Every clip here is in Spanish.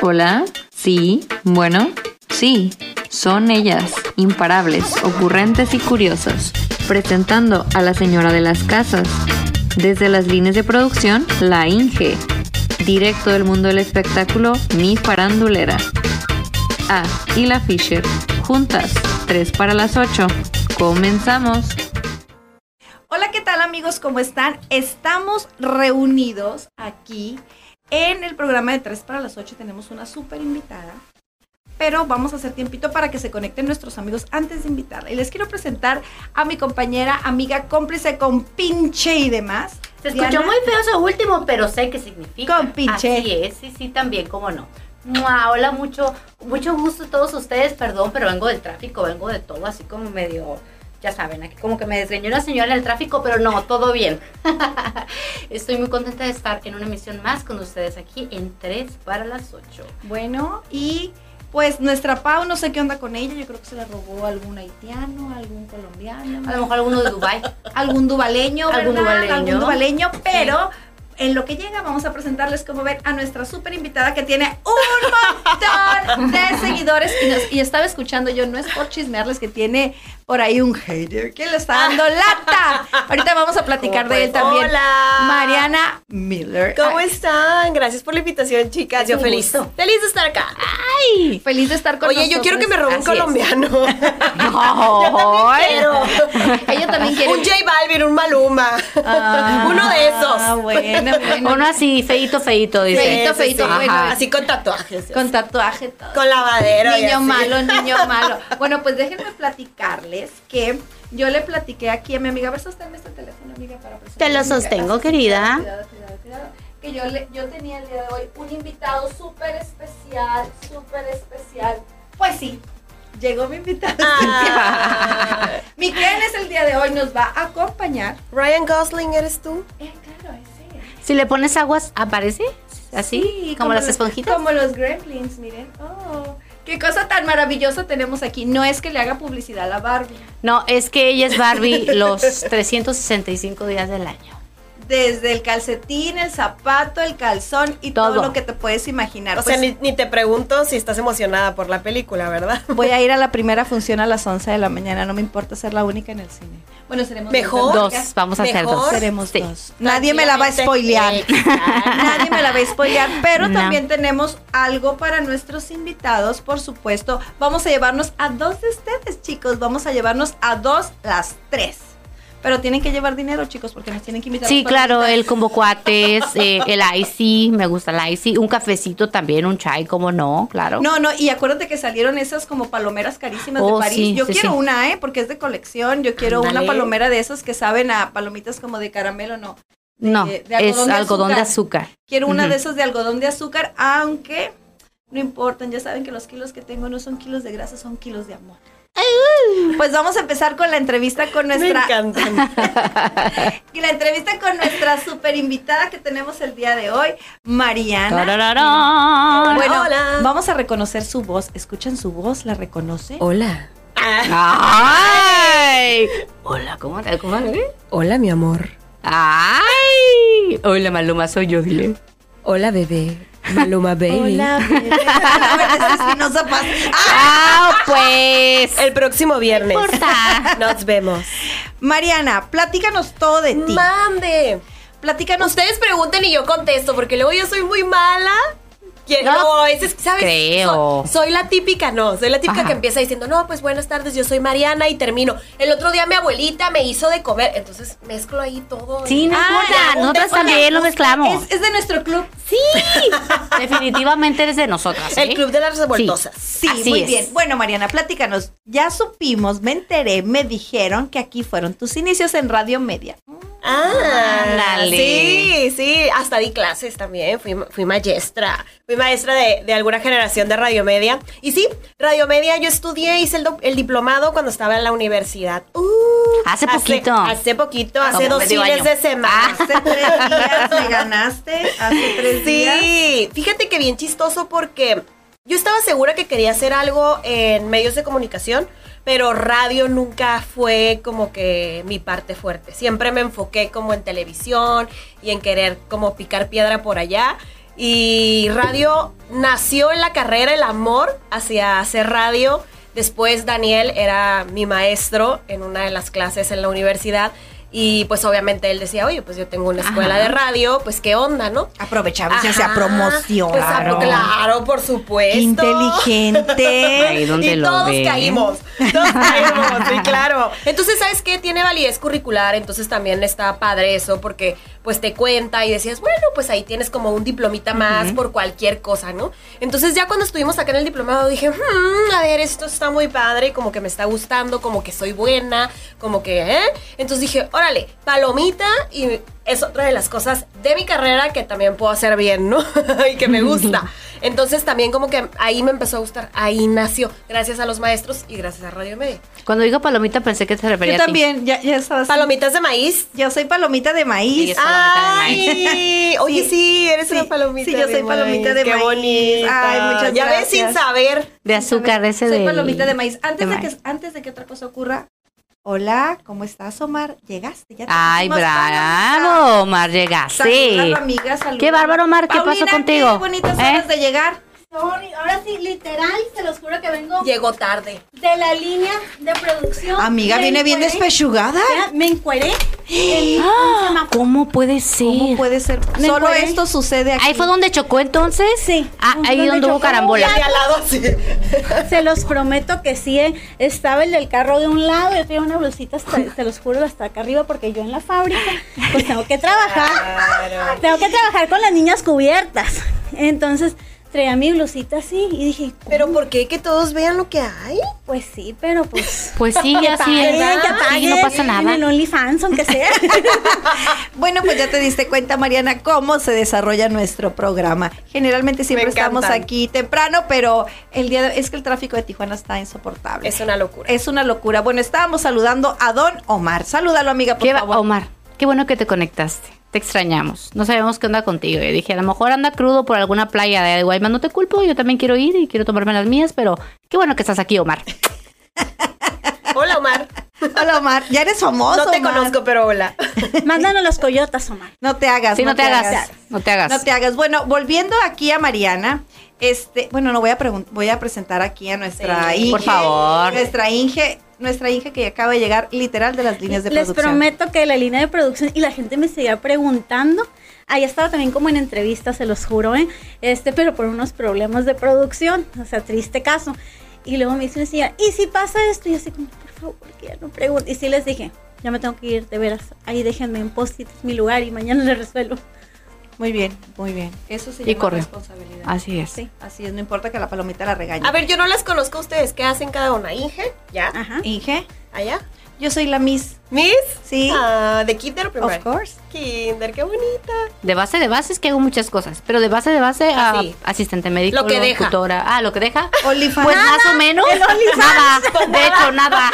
Hola, sí, bueno, sí, son ellas, imparables, ocurrentes y curiosas, presentando a la señora de las casas. Desde las líneas de producción, la Inge. Directo del mundo del espectáculo, mi farandulera. Ah, y la Fisher. Juntas, 3 para las 8. Comenzamos. Hola, ¿qué tal amigos? ¿Cómo están? Estamos reunidos aquí en el programa de 3 para las 8. Tenemos una súper invitada, pero vamos a hacer tiempito para que se conecten nuestros amigos antes de invitarla. Y les quiero presentar a mi compañera, amiga, cómplice con pinche y demás. Se escuchó Diana. muy feo eso último, pero sé qué significa. Con pinche. Así es, sí, sí, también, cómo no. Mua, hola, mucho, mucho gusto a todos ustedes, perdón, pero vengo del tráfico, vengo de todo, así como medio, ya saben, aquí como que me desgreñó una señora en el tráfico, pero no, todo bien. Estoy muy contenta de estar en una emisión más con ustedes aquí en 3 para las 8. Bueno, y pues nuestra Pau, no sé qué onda con ella. Yo creo que se la robó algún haitiano, algún colombiano. A lo mejor alguno de Dubai. algún dubaleño, Algún ¿verdad? dubaleño. Algún dubaleño, pero en lo que llega vamos a presentarles como ver a nuestra super invitada que tiene un montón de seguidores y, nos- y estaba escuchando yo, no es por chismearles que tiene por ahí un hater que le está dando lata. Ahorita vamos a platicar de él pues, también. hola. Mariana Miller. ¿Cómo Ay, están? Gracias por la invitación, chicas. Es yo un feliz. gusto. Feliz de estar acá. Feliz de estar Ah, con Oye, yo quiero que me robe un nosotros. Así es. colombiano. Ay. Ella también quiere. un J Balvin, un Maluma. Ah, Uno Ah, de esos. bueno, bueno. Uno así, feito, feito, dice. Feíto, feíto, Ajá. bueno. Así con tatuajes. Con tatuaje todo. con lavadero. y Niño así. malo, niño malo. Bueno, pues déjenme platicarles que yo le platiqué aquí a mi amiga, a ver, sosténme este teléfono, amiga, para presentar. Te lo sostengo, querida. Cuidado, cuidado, cuidado. Que yo, le, yo tenía el día de hoy un invitado súper especial, súper especial. Pues sí, llegó mi invitado. Ah. Mi Ken es el día de hoy, nos va a acompañar. Ryan Gosling, ¿eres tú? Eh, claro, es él. Si le pones aguas, ¿aparece? ¿Así? Sí, como, las los- esponjitas. Como los gremlins, miren. Oh, qué cosa tan maravillosa tenemos aquí. No es que le haga publicidad a la Barbie. No, es que ella es Barbie los 365 días del año. Desde el calcetín, el zapato, el calzón y todo, Todo. lo que te puedes imaginar. O sea, Pues, ni, ni te pregunto si estás emocionada por la película, ¿verdad? Voy a ir a la primera función a las 11 de la mañana. No me importa ser la única en el cine. Bueno, seremos Mejor. dos. Dos, amigas. vamos a hacer Mejor. dos. Seremos Sí. dos. Nadie me la va a spoilear. Nadie me la va a spoilear, pero No. también tenemos algo para nuestros invitados, por supuesto. Vamos a llevarnos a dos de ustedes, chicos. Vamos a llevarnos a dos, las tres. Pero tienen que llevar dinero, chicos, porque nos tienen que invitar. a los Sí, palos. claro, el combo cuates, eh, el icy, me gusta el icy, un cafecito también, un chai, como no, claro. No, no, y acuérdate que salieron esas como palomeras carísimas de Oh, París. sí, yo sí, quiero sí. una, ¿eh? Porque es de colección. Yo quiero una Ándale. palomera de esas que saben a palomitas como de caramelo, no. No, de- de es algodón de algodón de azúcar. Quiero una Ujú. de esas de algodón de azúcar, aunque no importan, ya saben que los kilos que tengo no son kilos de grasa, son kilos de amor. Pues vamos a empezar con la entrevista con Me nuestra encantan. y la entrevista con nuestra super invitada que tenemos el día de hoy, Mariana. Tarararán. Bueno, Hola. vamos a reconocer su voz. ¿Escuchan su voz? ¿La reconocen? Hola. Ah, ¡Ay! Hola, ¿cómo estás, comadre? Hola, mi amor. ¡Ay! Hola, Maluma, soy yo, dile. Hola, bebé. Maluma Baby. bebé. A ver, es Espinosa Paz. Ah, ¡Ah, pues! el próximo viernes. importa. Nos vemos. Mariana, platícanos todo de ti. ¡Mande! Platícanos. Ustedes pregunten y yo contesto, porque luego yo soy muy mala. Que- No No, ese es- ¿sabes? creo. So- Soy, la típica, no, soy la típica Ajá. que empieza diciendo, no, pues buenas tardes, yo soy Mariana y termino. El otro día mi abuelita me hizo de comer, entonces mezclo ahí todo. Sí, no Ah, importa, ya, nosotras un- también lo mezclamos. Es, es de nuestro club. Sí, definitivamente eres de nosotras. El ¿eh? club de las revoltosas. Sí, Así muy es. bien. Bueno, Mariana, platícanos. Ya supimos, me enteré, me dijeron que aquí fueron tus inicios en Radio Media. Ah, Ándale. sí, sí, hasta di clases también, fui, fui maestra, fui maestra de, de alguna generación de radiomedia. Y sí, radiomedia yo estudié, hice el, do- el diplomado cuando estaba en la universidad. Uh, Hace poquito. Hace poquito, hace Como dos medio fines año. Ah. de semana. Hace tres días me ganaste, hace tres días. Sí, fíjate que bien chistoso porque yo estaba segura que quería hacer algo en medios de comunicación, pero radio nunca fue como que mi parte fuerte. Siempre me enfoqué como en televisión y en querer como picar piedra por allá. Y radio nació en la carrera el amor hacia hacer radio. Después Daniel era mi maestro en una de las clases en la universidad. Y pues obviamente él decía, oye, pues yo tengo una escuela Ajá. de radio, pues qué onda, ¿no? Aprovechamos y Ajá, hacía promoción. pues, ah, claro. por supuesto. Inteligente. Ahí donde y lo todos ven. caímos, todos caímos, sí, claro. Entonces, ¿sabes qué? Tiene validez curricular, entonces también está padre eso, porque pues te cuenta y decías, bueno, pues ahí tienes como un diplomita más por cualquier cosa, ¿no? Entonces ya cuando estuvimos acá en el diplomado dije, "Hmm, a ver, esto está muy padre, como que me está gustando, como que soy buena, como que, ¿eh? Entonces dije, órale, palomita y... Es otra de las cosas de mi carrera que también puedo hacer bien, ¿no? y que me gusta. Entonces también como que ahí me empezó a gustar, ahí nació, gracias a los maestros y gracias a Radio Media. Cuando digo palomita pensé que se refería Yo a ti. también, ya, ya estaba así. Palomitas de maíz. Yo soy palomita de maíz. Ella es palomita de Ay, oye, sí, eres Sí, una palomita. sí, yo soy palomita de Qué maíz. bonita. Ay, muchas Ya ves gracias. sin saber. De azúcar, de ese Soy del- palomita de maíz. Antes de de, que, antes de que otra cosa ocurra, hola, ¿cómo estás, Omar? Llegaste, ya te Ay, pusimos bravo, Omar, palomita. Saluda llegaste. a tu amiga, saluda. Qué bárbaro, Omar, ¿qué Paulina, pasó contigo? Qué bonitas ¿Eh? horas de llegar. Sorry, ahora sí, literal, se los juro que vengo Llegó tarde. de la línea de producción. Amiga, Me viene bien encueré- despechugada. Mira, Me encueré en un semáforo. Ah, ¿Cómo puede ser? ¿Cómo puede ser? Me Solo encueré. esto sucede aquí. ¿Ahí fue donde chocó entonces? Sí. Ah, ahí ¿Dónde donde hubo chocó? carambola. Y al lado así. Se los prometo que sí, eh, estaba el del carro de un lado, yo tenía una blusita, hasta, se los juro, hasta acá arriba, porque yo en la fábrica, pues tengo que trabajar, tengo que trabajar con las niñas cubiertas. Entonces, traía mi blusita así y dije, Pero ¿por qué que todos vean lo que hay? pues sí, pero pues... Pues sí, que así paguen, es. que Y no paguen pasa En nada. el OnlyFans, aunque sea. Bueno, pues ya te diste cuenta, Mariana, cómo se desarrolla nuestro programa. Generalmente siempre Me encantan. estamos aquí temprano, pero el día de- es que el tráfico de Tijuana está insoportable. Es una locura. Es una locura. Bueno, estábamos saludando a Don Omar. Salúdalo, amiga, por Qué ba- favor. Omar, qué bueno que te conectaste. Te extrañamos. No sabemos qué onda contigo. Yo dije, a lo mejor anda crudo por alguna playa de Guaymas. No te culpo, yo también quiero ir y quiero tomarme las mías, pero qué bueno que estás aquí, Omar. Hola, Omar. Hola, Omar. Ya eres famoso. No te Omar. conozco, pero hola. Mándanos las coyotas, Omar. No te hagas. Sí, no te hagas. No te hagas. No te hagas. Bueno, volviendo aquí a Mariana, este, bueno, no voy a pregun- voy a presentar aquí a nuestra Sí. Inge. Por favor. Nuestra Inge, nuestra Inge que acaba de llegar literal de las líneas de Les producción. prometo que la línea de producción y la gente me seguía preguntando. Ahí estaba también como en entrevistas, se los juro, ¿eh? Este, pero por unos problemas de producción, o sea, triste caso. Y luego me dicen, decía, ¿y si pasa esto? Y yo así como, por favor, que ya no pregunte. Y sí les dije, ya me tengo que ir, de veras. Ahí déjenme en post es mi lugar y mañana le resuelvo. Muy bien, muy bien. Eso se Y llama corrió. responsabilidad. Así es. Sí. Así es, no importa que la palomita la regañe. A ver, yo no las conozco a ustedes. ¿Qué hacen cada una? Inge, ya, Ah. Ajá. Inge, allá. yo soy la Miss. Miss. Sí. Ah, de Kinder o Of primaria. course. Kinder, qué bonita. De base de base es que hago muchas cosas, pero de base de base a Así. asistente médico, Lo que deja. locutora. Ah, lo que deja. Olifan. Pues más o menos. Nada. De hecho, nada.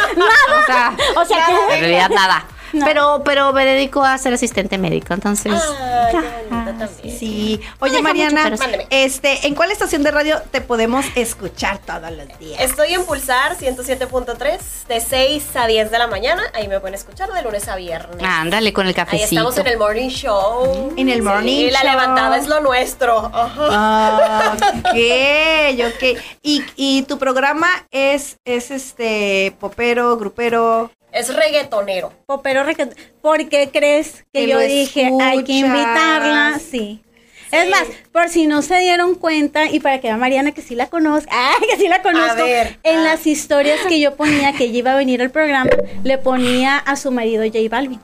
O sea, O sea, que- en realidad nada. Pero, pero me dedico a ser asistente médico, entonces. Ah, qué bonita también. Sí. Oye, deja Mariana, mucho, pero sí. este, ¿en cuál estación de radio te podemos escuchar todos los días? Estoy en Pulsar 107.3 de 6 a 10 de la mañana. Ahí me pueden escuchar de lunes a viernes. Ándale con el Ah. Ahí cafecito. estamos en el morning show. Ah, En el morning Y la show. levantada es lo nuestro. Ajá. Ah, ok, ok. Y, y tu programa es, es este popero, grupero. Es reggaetonero. Popero requet- ¿Por qué crees que, Que yo lo dije hay que escuchas. invitarla? Sí. Es más, por si no se dieron cuenta y para que a Mariana que sí la conozca, ah, que sí la conozco, ver. en las historias que yo ponía que ella iba a venir al programa, le ponía a su marido J Balvin.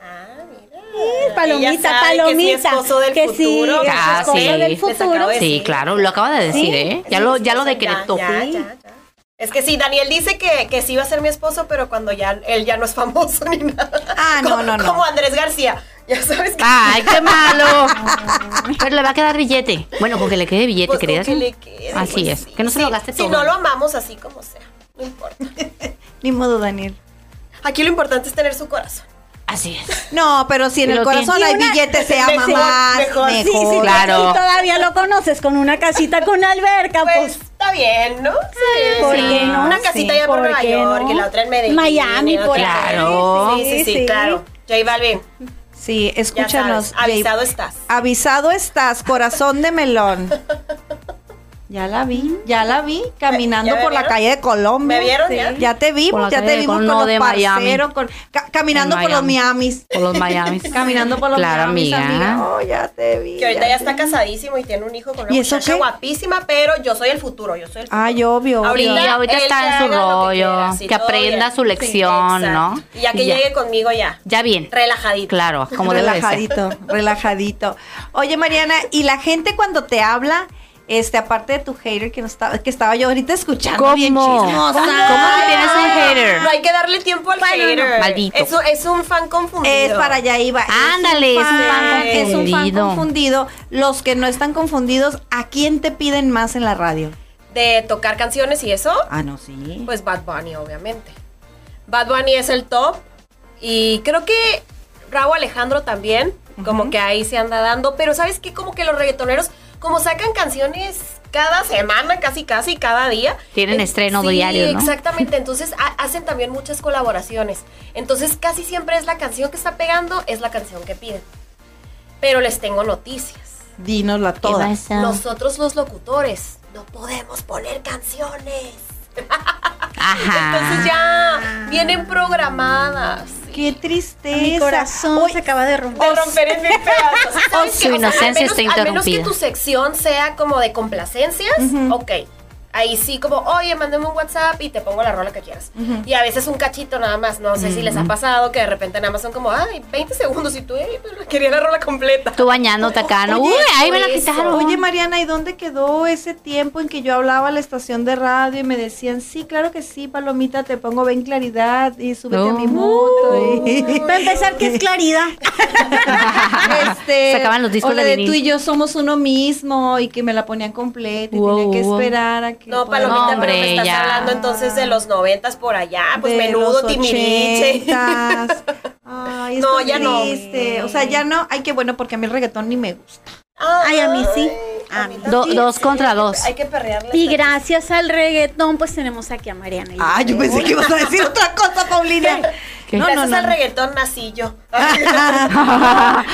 Ah, mira. Ella Palomita, sabe Que sí, palomita. esposo del que sí, futuro. es Ah, esposo sí. del Les acabo futuro. de Sí, Sí. claro, lo acaba de decir, Sí. ¿eh? Ya Es lo, mi ya lo esposo, decretó. ya, ya, ya. Es que sí, Daniel dice que, que sí va a ser mi esposo, pero cuando ya él ya no es famoso ni nada. Ah, no, Como- no, no. Como Andrés García. Ya sabes que. ¡Ay, qué malo! Pero le va a quedar billete. Bueno, con que le quede billete, pues, con queridas. que le quede, Así pues, es, sí. que no se Sí, lo gaste Si todo. no lo amamos así como sea, no importa. Ni modo, Daniel. Aquí lo importante es tener su corazón. Así es. No, pero si en Lo el corazón tiene. hay billetes, se ama Mejor, más. mejor. mejor. Sí, sí, sí, Claro. Y todavía lo conoces con una casita con alberca, Pues pues. está bien, ¿no? Sí, ¿por sí. qué no? Una casita Sí, allá por ¿por Nueva qué York no? y la otra en Medellín. Miami, y otra- por Claro. Sí, sí, sí, Sí, sí. claro. J Balvin. Sí, escúchanos. Ya sabes, avisado estás. Avisado estás, corazón de melón. Ya la vi, ya la vi caminando ¿Ya me por la vieron? calle de Colombia. ¿Me vieron Sí. ya? Ya te Por la vimos, ya calle te de vimos con Col- no, los de parceros, con- ca- caminando En por los Miami. Ah. Miamis. Por los Miami. Caminando por los Claro, Miamis, amiga. Oh, ya te vi. Que ahorita ya te está vi. casadísimo y tiene un hijo con una ¿Y eso qué? muchacha Ah, guapísima, pero yo soy el futuro, yo soy el futuro. Ay, obvio, obvio. Ahorita, Ahorita ahorita él que está en su haga lo que rollo, quiera, que, sí, todo aprenda bien. su Sí, lección, exacto. ¿no? Y ya que llegue conmigo ya. Ya bien. Relajadito. Claro, como debe de ser. relajadito, relajadito. Oye, Mariana, y la gente cuando te habla, este, aparte de tu hater que no estaba, que estaba yo ahorita escuchando ¿Cómo? bien ¿Cómo chismosa. que tienes un hater? Ah, No hay que darle tiempo al hater. Maldito. Es, un- es un fan confundido. Es para allá iba. Es Ándale, es un fan es un fan confundido. confundido. Los que no están confundidos, ¿a quién te piden más en la radio? De tocar canciones y eso, Ah, no, sí. pues Bad Bunny, obviamente. Bad Bunny es el top. Y creo que Rabo Alejandro también, como que ahí se anda dando. Pero ¿sabes qué? Como que los reggaetoneros, como sacan canciones cada semana, casi casi, cada día. Tienen eh, estreno sí, diario, ¿no? exactamente. Entonces ha- hacen también muchas colaboraciones. Entonces casi siempre es la canción que está pegando, es la canción que piden. Pero les tengo noticias. Dínosla toda. Nosotros Pues, los locutores no podemos poner canciones. Entonces Ajá. Ah. ya vienen programadas. Qué tristeza. Mi corazón Oye, se acaba de romper. Te romperé en mil pedazos. ¿Sabes su qué? O sea, al inocencia está menos- Al menos que interrumpida. tu sección sea como de complacencias, ok. Ahí sí, como, oye, mándame un WhatsApp y te pongo la rola que quieras. Y a veces un cachito nada más. No sé si les ha pasado que de repente nada más son como, ay, 20 segundos y tú, "Ey, pero quería la rola completa. Tú bañándote acá, ¿no? Oye, Uy, ahí me la eso. quitaron. Oye, Mariana, ¿y dónde quedó ese tiempo en que yo hablaba a la estación de radio y me decían, sí, claro que sí, Palomita, te pongo ven claridad y súbete a mi No. moto? Este, y- Para empezar, que es claridad. este, Se acaban los discos o la de de vinil. tú y yo somos uno mismo y que me la ponían completa y Wow, tenía que wow. esperar a que... No, pueda- Palomita, No, pero me hombre, estás ya. hablando entonces de los noventas por allá, pues de menudo, los timiriche. ochentas. Ay, No, no, ya ya no. triste. O sea, ya no. Ay, qué bueno, porque a mí el reggaetón ni me gusta. Ah. Ay, a mí sí. A A mí mí Do- sí. dos contra dos. Hay que perrearle. Y gracias al reggaetón, pues tenemos aquí a Mariana. y Ah, Ay, yo pensé que ibas a decir otra cosa, Paulina. ¿Qué? No, no, Gracias no. al reggaetón nací yo. Ah,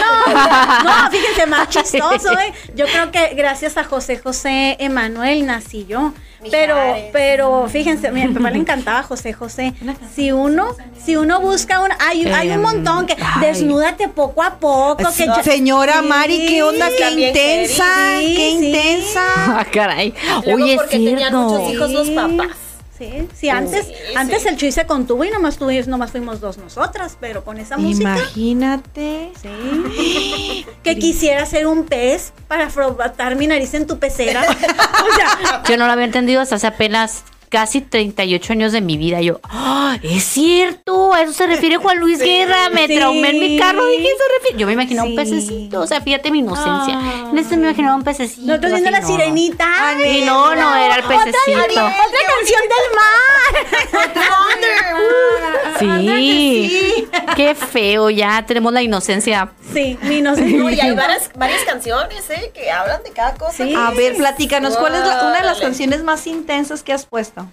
No, fíjense, más chistoso, ¿eh? Yo creo que gracias a José José Emanuel nací yo. Pero, Mijares. pero fíjense, a mi papá le encantaba José José. Si uno, si uno busca un, hay, hay un montón que Ay. desnúdate poco a poco, que ya- Señora Sí. Mari, qué onda, qué Está bien intensa, heavy. qué Sí, sí. intensa. Ah, caray. Luego Oye, es porque tenían muchos cierto. hijos los papás. Sí, sí, antes, antes el Chuy se contuvo y nomás tuvimos, nomás fuimos dos nosotras, pero con esa música. Imagínate. Sí. Que quisiera ser un pez para frotar mi nariz en tu pecera. O sea, Yo no lo había entendido hasta hace apenas casi 38 años de mi vida. Yo, ¡ah! es cierto, a eso se refiere Juan Luis Guerra. Me Sí. traumé en mi carro. ¿De qué se refiere? Yo me imaginaba un Sí. pececito. O sea, fíjate mi inocencia. En este me imaginaba un pececito. nosotros viendo así, la no, no. sirenita. Y no, no, era el pececito. Otra canción del mar. Sí. Qué feo, ya tenemos la inocencia. Sí, mi no sé. No, y hay varias, varias canciones, ¿eh? Que hablan de cada cosa. Ah, Sí. A ver, platícanos, ¿cuál es la- una de las Órale. canciones más intensas que has puesto?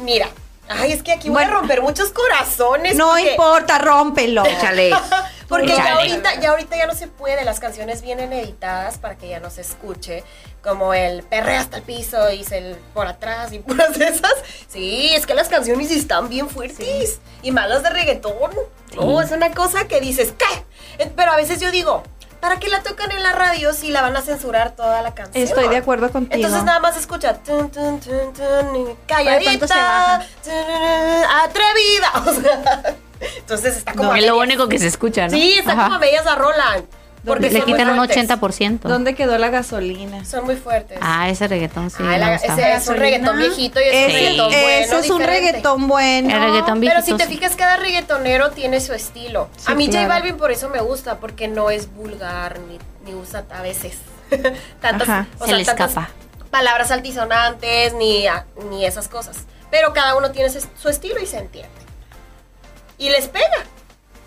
Mira. Ay, es que aquí voy Bueno. a romper muchos corazones. No porque, importa, rómpelo. Échale. Porque Chale. ya ahorita, ya ahorita ya no se puede. Las canciones vienen editadas para que ya no se escuche. Como el perre hasta el piso y el por atrás y puras de esas. Sí, es que las canciones están bien fuertes. Y malas de reggaetón. No, es una cosa que dices, ¿qué? Eh, Pero a veces yo digo, ¿para qué la tocan en la radio si la van a censurar toda la canción? Estoy de acuerdo contigo. Entonces nada más escucha tun, tun, tun, tun, y cuánto se calladita, baja? tururú, atrevida. O sea, entonces está como. a Es lo medias. único que se escucha, ¿no? Sí, está Ajá. como a medias la rola. Le Porque son muy quitan un fuertes. 80%. ¿Dónde quedó la gasolina? Son muy fuertes. Ah, ese reggaetón sí. Ah, no la- me gustaba. ese es un reggaetón viejito y es un Ese- reggaetón bueno. ese es un diferente. reggaetón bueno. El reggaetón viejito. Pero si te fijas, cada reggaetonero tiene su estilo. Sí, a mí claro. J Balvin por eso me gusta, porque no es vulgar, ni, ni usa a veces tantas, Ajá, o se sea, le tantas escapa. palabras altisonantes, ni, a- ni esas cosas. Pero cada uno tiene su, su estilo y se entiende. Y les pega.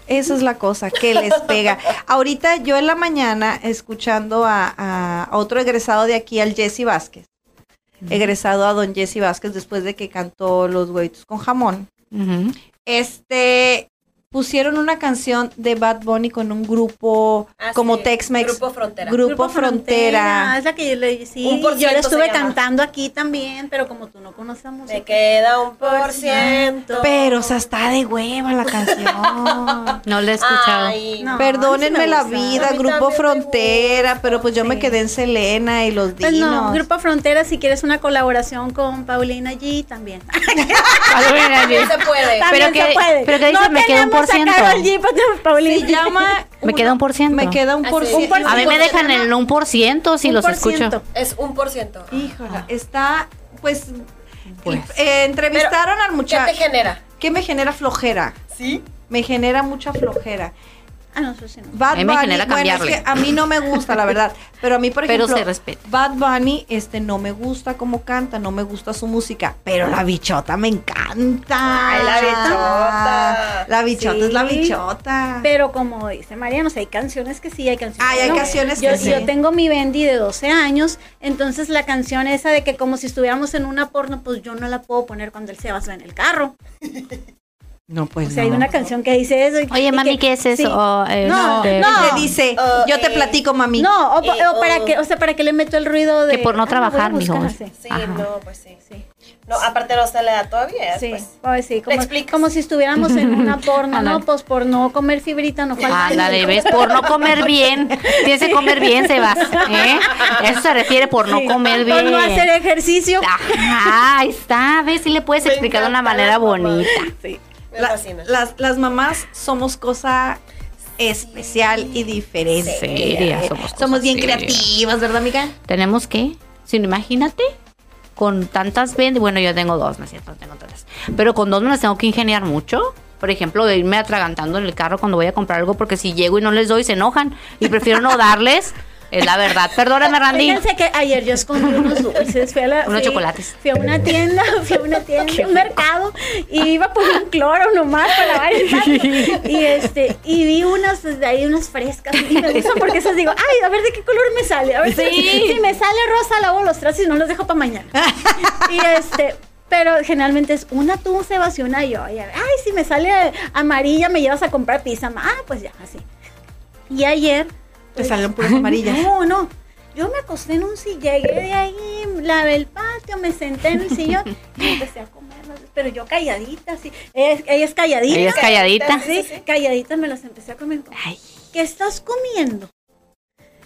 Esa es la cosa que les pega. Ahorita yo en la mañana escuchando a, a- a otro egresado de aquí, al Jesse Vázquez. Egresado a don Jesse Vázquez después de que cantó Los huevitos con jamón. Ujú. Este, pusieron una canción de Bad Bunny con un grupo Ah, como sí, Tex-Mex. Grupo Frontera. Grupo Frontera. Es la que yo le, sí, Un por yo la ciento se estuve llama. cantando aquí también, pero como tú no conoces la música. Me queda un por ciento. Pero, o sea, está de hueva la canción. No la he escuchado. Ay, No, Perdónenme sí me la gusta. vida, A mí Grupo también me Frontera, pero pues yo me quedé en Selena y los Pues no, dinos. Grupo Frontera, si quieres una colaboración con Paulina G también. no se puede. También que- se puede. pero que dice, no me queda un por tenemos a ciento. Karol G, pero Paulina Se llama... Me queda un por ciento. Me queda un Así por es. ciento. A mí me dejan el un por ciento si Un los por escucho. ciento. Es un por ciento. Híjola, está, pues, Pues. eh, entrevistaron al ¿Qué te muchacho. genera? ¿Qué me genera flojera? ¿Sí? Me genera mucha flojera. Ah, no, eso sí no. Bad A mí me Bunny, genera bueno, es cambiarle. que a mí no me gusta, la verdad. Pero a mí, por Pero ejemplo, se respeta. Bad Bunny, este, no me gusta cómo canta, no me gusta su música, pero la bichota me encanta. Ay, la bichota. La bichota Sí. es la bichota. Pero como dice Mariano, o sea, hay canciones que sí, hay canciones Ay, que hay no. canciones yo, que sí. yo tengo mi Bendy de 12 años, entonces la canción esa de que como si estuviéramos en una porno, pues yo no la puedo poner cuando el Sebas va en el carro. No, pues O sea, hay no. una canción que dice eso. y- y Oye, mami, que- ¿qué es sí. eso? Oh, eh, No, este, no. Te dice, Oh, yo te eh, platico, mami. No, o, pa- Eh, o para oh. o- que, o sea, para que le meto el ruido de Que por no "Ah, la voy a trabajar, mijo". buscar", sí. Sí, Ajá. no, pues sí. Sí, No, aparte no se le da todavía. sí, pues. pues sí, como, explicas. como si estuviéramos en una porno, Ándale. no, pues por no comer fibrita no falta. Ándale, ves, por no comer bien. Tienes que comer bien, Sebas. ¿eh? Eso se refiere por no Sí. comer Por bien. Ah, no hacer ejercicio. Ajá, ahí está. ¿Ves si le puedes Me explicar de una encanta manera la mamá. bonita? Me La- fascina. las, las mamás somos cosa especial y diferente. Serias, somos somos cosas bien serias. creativas, ¿verdad, amiga? Tenemos que, si no, imagínate, con tantas ventas, bueno, yo tengo dos, no es cierto, no tengo tantas, pero con dos me las tengo que ingeniar mucho. Por ejemplo, de irme atragantando en el carro cuando voy a comprar algo, porque si llego y no les doy, se enojan y prefiero no darles. Es la verdad. Perdóname, Randy. Fíjense que ayer yo escondí unos dulces, fui a la- Unos fui- chocolates. Fui a una tienda, fui a una tienda, un mercado, y iba por un cloro nomás para lavar el plato. Y este, y vi unas de ahí, unas frescas, y me gustan porque esas digo, ay, a ver de qué color me sale. A ver Sí. si, si me sale rosa, lavo los trastes y no los dejo para mañana. Y este. Pero generalmente es una tú, Sebas, y una yo. Y a ver, ay, si me sale amarilla, me llevas a comprar pizza. ma". Ah, pues ya, así. Y ayer Te salieron puras amarillas. no, no. Yo me acosté en un sillón, llegué de ahí, lavé el patio, me senté en el sillón y empecé a comer. Pero yo calladita, así. Ella es, ella es calladita. Ella es calladita. Sí, calladita me las empecé a comer. Ay. ¿Qué estás comiendo?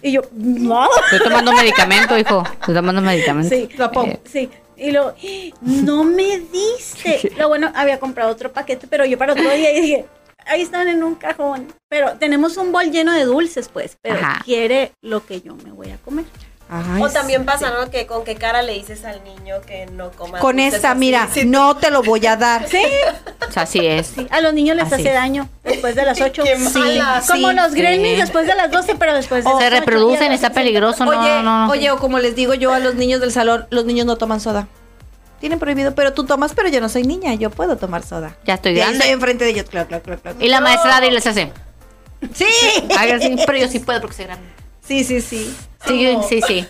Y yo, no. Estoy tomando medicamento, hijo. Estoy tomando medicamento. Sí. Eh, Sí. Y luego, no me diste. Lo bueno, había comprado otro paquete, pero yo para otro día dije, ahí están en un cajón. Pero tenemos un bol lleno de dulces, pues. Pero Ajá. quiere lo que yo me voy a comer. Ay, o también pasa, ¿no? Que con qué cara le dices al niño que no coma. Con dulces esta, así. mira, Sí, no te lo voy a dar. Sí, o sea, así es. sí, a los niños les Así hace es. daño después de las 8. Qué sí, mala, como sí, los sí. gremlins después de las 12, pero después de las Se ocho, reproducen, ya- está peligroso. No, oye, no, no. oye, o como les digo yo a los niños del salón, los niños no toman soda. Tienen prohibido, pero tú tomas, pero yo no soy niña, yo puedo tomar soda. Ya estoy Y ahí grande. estoy enfrente de ellos, claro, claro, claro, claro. Y la maestra de les hace. Sí, haga así, Pero yo sí puedo porque soy grande. sí, sí, sí. Sí, yo- sí, sí.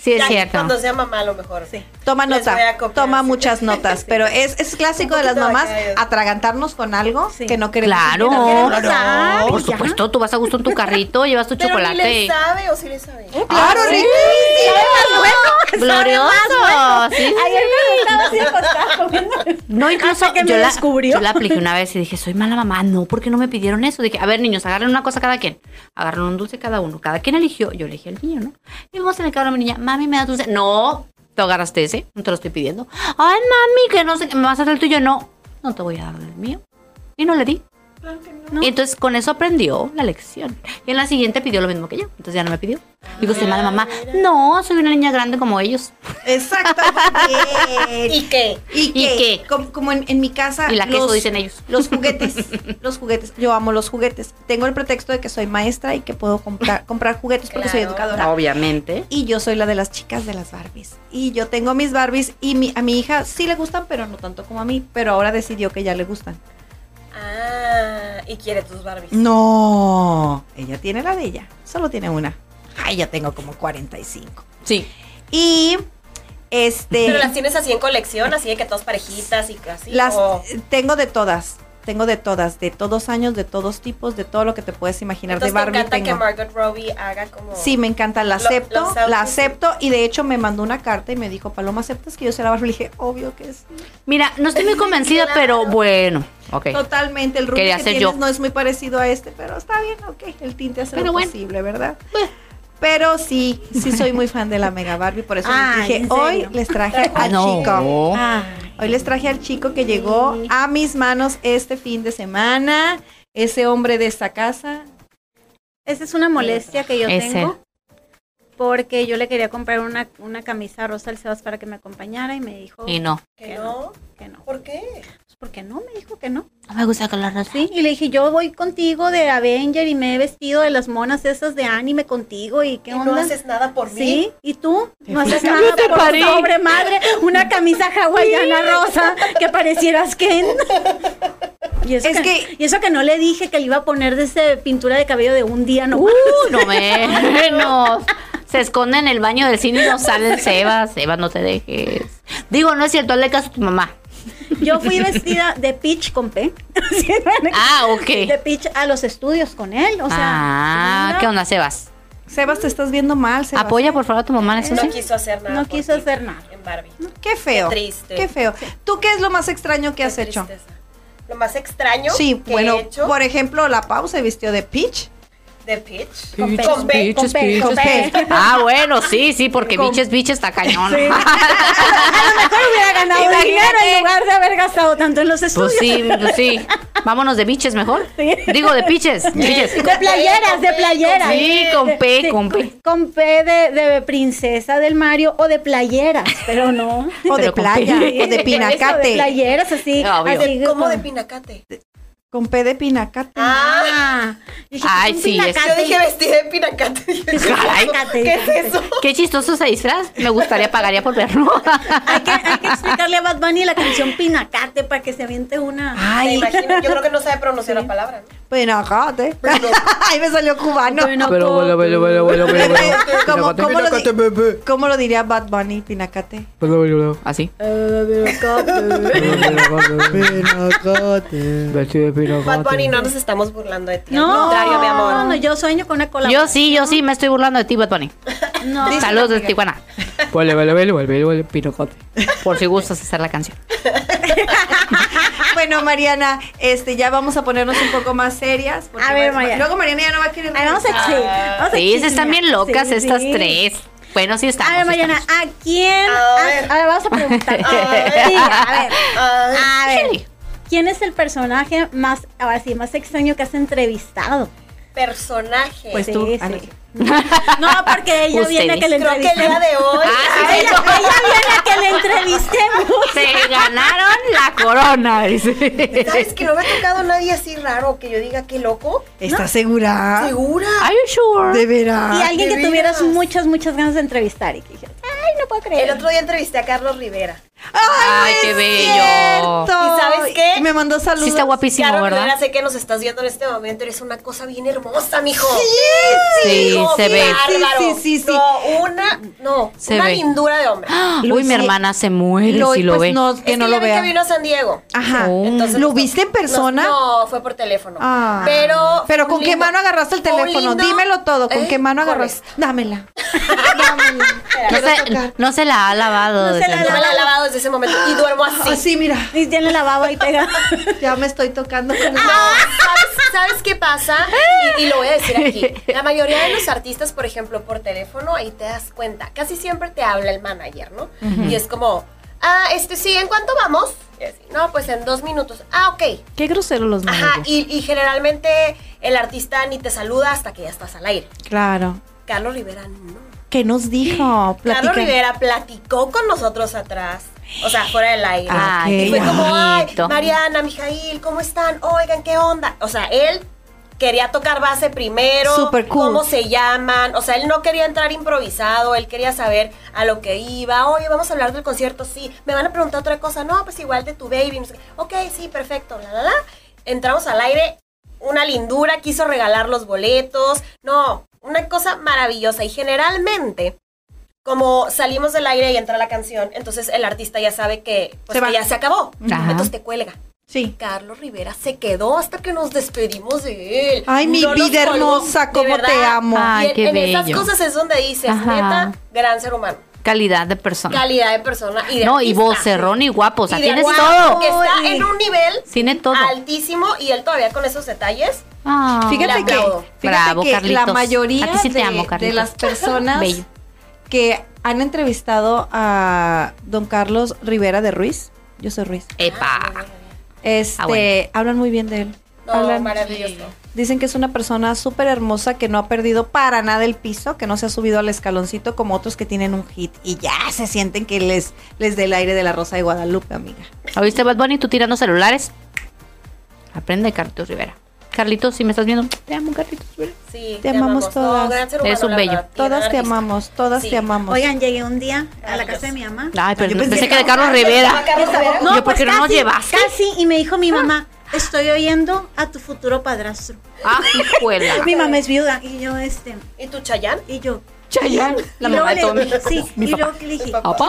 Sí, es ya cierto. Cuando sea mamá, a lo mejor. Sí. Toma Les voy a nota, copiar, toma sí. muchas notas, pero es, es clásico de las poquito de mamás cada ellos. atragantarnos con algo Sí. que no queremos. Claro, Quiero pasar, por ya. supuesto, tú vas a gusto en tu carrito, llevas tu Pero ni chocolate. le sabe o sí le sabe. Claro, Ah, sí. Sabe más Glorioso, sí. Ayer me estaba así acostada comiendo. No, incluso Hasta que me yo, la, descubrió. yo la apliqué una vez y dije, soy mala mamá, no, ¿por qué no me pidieron eso? Dije, a ver, niños, agarren una cosa cada quien. Agarren un dulce cada uno. Cada quien eligió, yo elegí al niño, ¿no? Y vamos en el carro a mi niña, mami, ¿me das dulce? No, te agarraste ese, no te lo estoy pidiendo. Ay, mami, que no sé, qué, ¿me vas a dar el tuyo? No, no te voy a dar el mío. Y no le di. Y entonces con eso aprendió la lección. Y en la siguiente pidió lo mismo que yo. Entonces ya no me pidió. Digo, soy mala mamá. No, soy una niña grande como ellos. Exactamente. ¿Y qué? ¿Y qué? qué? Como, como en, en mi casa. Y la queso, dicen ellos. Los juguetes. los juguetes. Yo amo los juguetes. Tengo el pretexto de que soy maestra y que puedo comprar, comprar juguetes porque soy Claro. educadora. Obviamente. Y yo soy la de las chicas de las Barbies. Y yo tengo mis Barbies y mi- a mi hija sí le gustan, pero no tanto como a mí. Pero ahora decidió que ya le gustan. Ah, y quiere tus Barbies. No. Ella tiene la de ella. Solo tiene una. Ay, yo tengo como 45. Sí. Y este... Pero las tienes así en colección, así de que todas parejitas y casi. Las o- tengo de todas. tengo de todas, de todos años, de todos tipos, de todo lo que te puedes imaginar Entonces, de te Barbie. encanta que tengo. Margot Robbie haga como... Sí, me encanta, la Lo- acepto, los la outfits. acepto y de hecho me mandó una carta y me dijo, Paloma, ¿aceptas que yo sea la Barbie? Le dije, obvio que sí. Mira, no estoy muy convencida, pero bueno. Ok. Totalmente, el rubio Quería que ser tienes yo. no es muy parecido a este, pero está bien, ok, el tinte hace Pero lo bueno. posible, ¿verdad? Pero sí, sí soy muy fan de la Mega Barbie, por eso Ay, les dije, ¿en serio? hoy les traje Ah, al chico. Ah, Hoy les traje al chico que llegó a mis manos este fin de semana, ese hombre de esta casa. Esa es una molestia que yo Es tengo. Porque yo le quería comprar una, una camisa rosa al Sebas para que me acompañara y me dijo Y no. ¿Que no? que no. ¿Por qué? Pues, ¿Por qué no? Me dijo que no. No me gusta con la rosa. Sí, y le dije, yo voy contigo de Avenger y me he vestido de las monas esas de anime contigo y qué ¿Y onda. no haces nada por mí? Sí, ¿y tú? No haces nada por tu pobre madre, una camisa hawaiana rosa que parecieras Ken. Y eso, Es que, que- y eso que no le dije que le iba a poner de ese pintura de cabello de un día, no. No menos. Se esconde en el baño del cine y no sale el Sebas. Sebas, no te dejes. Digo, no es cierto, hazle caso a tu mamá. Yo fui vestida de peach con P. Sí, bueno, Ah, ok. De peach a los estudios con él, o sea. Ah, no, ¿qué onda, Sebas? Sebas, te estás viendo mal, Sebas. Apoya, por favor, a tu mamá en eso, No sí. quiso hacer nada No por quiso ti hacer nada. En Barbie. Qué feo. Qué triste. Qué feo. ¿Tú qué es lo más extraño que Qué has hecho? tristeza. Lo más extraño Sí, que bueno, he hecho por ejemplo, la Pau se vistió de peach. de Peach. con P, con P, con P, con P. Ah, bueno, sí, sí, porque biches, biches está cañón. A lo mejor hubiera ganado dinero en lugar de haber gastado tanto en los estudios. Pues sí, pues sí. Vámonos de biches mejor. Sí. Digo, de piches. Biches. De playeras, de playeras. Sí, con P, Sí, con P. Con P de, de princesa del Mario o de playeras, pero no. O de Pero con playa, o Sí, de eso, de pinacate. playeras, así. Obvio. así ¿Cómo con- de pinacate? Con P de pinacate. Ah. Dije, Ay, un sí, es- pinacate. Yo dije vestida de pinacate. Caray. ¿Qué es eso? Qué chistoso ese disfraz. Me gustaría, pagaría por verlo. Hay que, hay que explicarle a Bad Bunny la canción Pinacate para que se aviente Ah, una. Ay, imagino, yo creo que no sabe pronunciar la palabra. ¿no? Pinacate. Ahí me salió cubano. Pero bueno, bueno, bueno, ¿Cómo, cómo lo di- cómo lo diría Bad Bunny, pinacate? Así. Bad Bunny, no nos estamos burlando de ti. No, al contrario, mi amor. no, yo sueño con una cola. Yo sí, yo sí, me estoy burlando de ti, Bad Bunny. No. Saludos de Tijuana. Por si gustas hacer la canción. Bueno, Mariana, este, ya vamos a ponernos un poco más serias. porque A ver, Mar- Mariana. Luego Mariana ya no va a querer. Ay, vamos a sí, vamos a Sí, se están bien chismear. locas Sí, estas sí. tres. Bueno, sí estamos. A ver, Mariana, estamos. ¿a quién? A A ver. a ver, vamos a preguntar. Sí, a ver. Ay, Ah. A ver, ¿quién es el personaje más, ahora sí, más extraño que has entrevistado? personaje. Pues Sí, tú. sí. Ah, no. No, porque ella viene a que le creo que el día entrevistemos. de hoy. Ah, Ella, ella viene a que le entrevistemos. Se ganaron la corona. dice. ¿Sabes que no me ha tocado nadie así raro que yo diga qué loco? ¿Estás segura? ¿Segura? Are you sure? De veras. Y alguien de que tuvieras veras. muchas, muchas ganas de entrevistar y que dijeras, ay, no puedo El creer. otro día entrevisté a Carlos Rivera. Ay, qué bello. Cierto. ¿Y sabes qué? Y me mandó saludos. Sí está guapísimo, Carlos ¿verdad? Rivera, sé que nos estás viendo en este momento. Eres una cosa bien hermosa, mijo. Sí, Hijo, se ve. bárbaro. Sí, sí, sí, sí. No, una, no, Se una ve. lindura de hombre. Uy, mi hermana se muere Lo, si lo pues ve. no, que es no que lo ya ven vea. que vino a San Diego. Ajá. Oh. Entonces, ¿Lo nos- viste en nos- persona? No, fue por teléfono. Ah. Pero. Pero fue un con qué lindo- mano agarraste el fue un teléfono? lindo- Dímelo todo. ¿Con ¿Eh? qué mano agarraste? Correcto. Dámela. Dámela. No Quiero se, tocar. no se la ha lavado. No se desde la ha No entonces. me la he lavado desde ese momento. Y duermo así. Así, mira. Y tiene la baba y pega. Ya me estoy tocando con la- Ah. ¿Sabes, sabes qué pasa? Y, y lo voy a decir aquí. La mayoría de los artistas, por ejemplo, por teléfono, ahí te das cuenta. Casi siempre te habla el manager, ¿no? Y es como, ah, este sí, ¿en cuánto vamos? Y así, no, pues en dos minutos. Ah, ok. Qué grosero los Ajá. managers. Y, y generalmente el artista ni te saluda hasta que ya estás al aire. Claro. Carlos Rivera no. ¿Qué nos dijo? Carlos Platica. Rivera platicó con nosotros atrás, o sea, fuera del aire. Ah, qué y fue como, ay, bonito. Mariana, Mijail, ¿cómo están? Oigan, ¿qué onda? O sea, él quería tocar base primero, Súper cool. cómo se llaman, o sea, él no quería entrar improvisado, él quería saber a lo que iba, oye, vamos a hablar del concierto, sí, me van a preguntar otra cosa, no, pues igual de tu baby, no sé qué. ok, sí, perfecto, la, la, la, entramos al aire, una lindura, quiso regalar los boletos, no, una cosa maravillosa y generalmente como salimos del aire y entra la canción, entonces el artista ya sabe que, pues, Se va. que ya se acabó. Ajá. Entonces te cuelga. Sí. Carlos Rivera se quedó hasta que nos despedimos de él. Ay, mi No nos vida colgó, hermosa, de cómo verdad. te amo. Y Ay, en, qué en esas bello. cosas es donde dices, Ajá. neta, gran ser humano. Calidad de persona. Calidad de persona y de no, y artista. vocerrón y guapo. O sea, Y de tienes artista, todo. Que está en un nivel Tiene todo. altísimo y él todavía con esos detalles. Ah. Le Fíjate que, aplaudo. fíjate Bravo, que la Carlitos. A mayoría ti sí te de, amo, de Carlitos. las personas Bello. que han entrevistado a don Carlos Rivera de Ruiz, yo soy Ruiz, Epa. este, Ah, bueno. hablan muy bien de él. No, Hablan- maravilloso. Dicen que es una persona súper hermosa que no ha perdido para nada el piso, que no se ha subido al escaloncito como otros que tienen un hit y ya se sienten que les, les dé el aire de la Rosa de Guadalupe, amiga. ¿Oíste, Bad Bunny, tú tirando celulares? Aprende, Carlitos Rivera. Carlitos, si me estás viendo, te amo, Carlitos Rivera. Sí, Te amamos todas. No, gran ser humano, Eres un la bello. verdad, y Todas gran te artista. amamos, todas Sí. te amamos. Oigan, llegué un día a la Rayos. casa de mi mamá. Ay, pero Ah, Yo pensé, pensé que de Carlos Rivera. No, Yo, ¿por qué pues no nos casi, llevaste? Casi, y me dijo mi mamá, estoy oyendo a tu futuro padrastro. Ah, escuela. Mi mamá es viuda, y yo, este, ¿Y tu Chayán? y yo, Chayanne. y La luego mamá de Tommy. le- Sí, Mi y papá. luego que le dije, ¿Papá?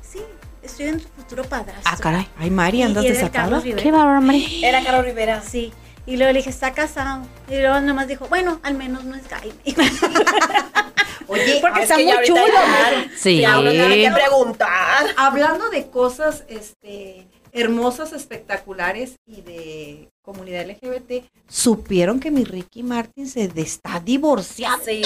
sí, estoy en tu futuro padrastro. Ah, caray. Ay, Mari, andas Y era el desatada. Carlos Rivera. Qué bárbaro, Mari. Era Carlos Rivera. Sí. Y luego le dije, está casado. Y luego nomás dijo, bueno, al menos no es gay. Ah, Oye, Porque Ah, está muy chulo. Sí. Ya uno tiene que preguntar. hablando de cosas este, hermosas, espectaculares y de comunidad LGBT, Supieron que mi Ricky Martin se de- está divorciando. Sí.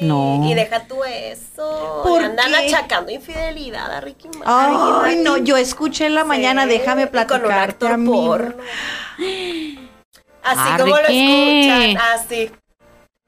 No. Y deja tú eso. ¿Por Le Andan qué? achacando infidelidad a Ricky Martin. Ay, no, yo escuché en la mañana, Sí, déjame Con un platicarte, actor amigo. porno. Así Ah, como lo Ricky. escuchan. Así.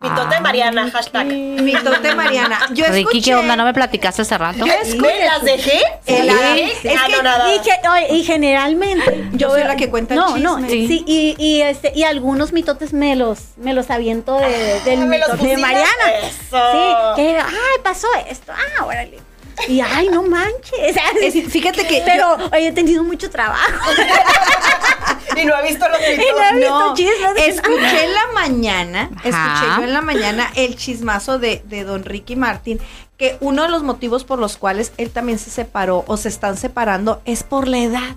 Pitota de Ah, Mariana, hashtag. Mi tote Mariana, yo escuché. Ricky, ¿qué onda? ¿No me platicaste hace rato? ¿Me las dejé? Sí. La- Es que anonadada. Y, que- oye, y generalmente Yo soy la que cuenta el no chisme. no Sí. sí, y, y, este y algunos mitotes me los me los aviento de, del Ah, me los mitote de fusilas. Mariana Eso. sí que ay pasó esto ah órale y ay no manches Es- fíjate que pero oye, he tenido mucho trabajo Y no ha visto los y no he videos. visto No, chismes escuché en la mañana, escuché Ajá. yo en la mañana el chismazo de, de don Ricky Martin, que uno de los motivos por los cuales él también se separó o se están separando es por la edad.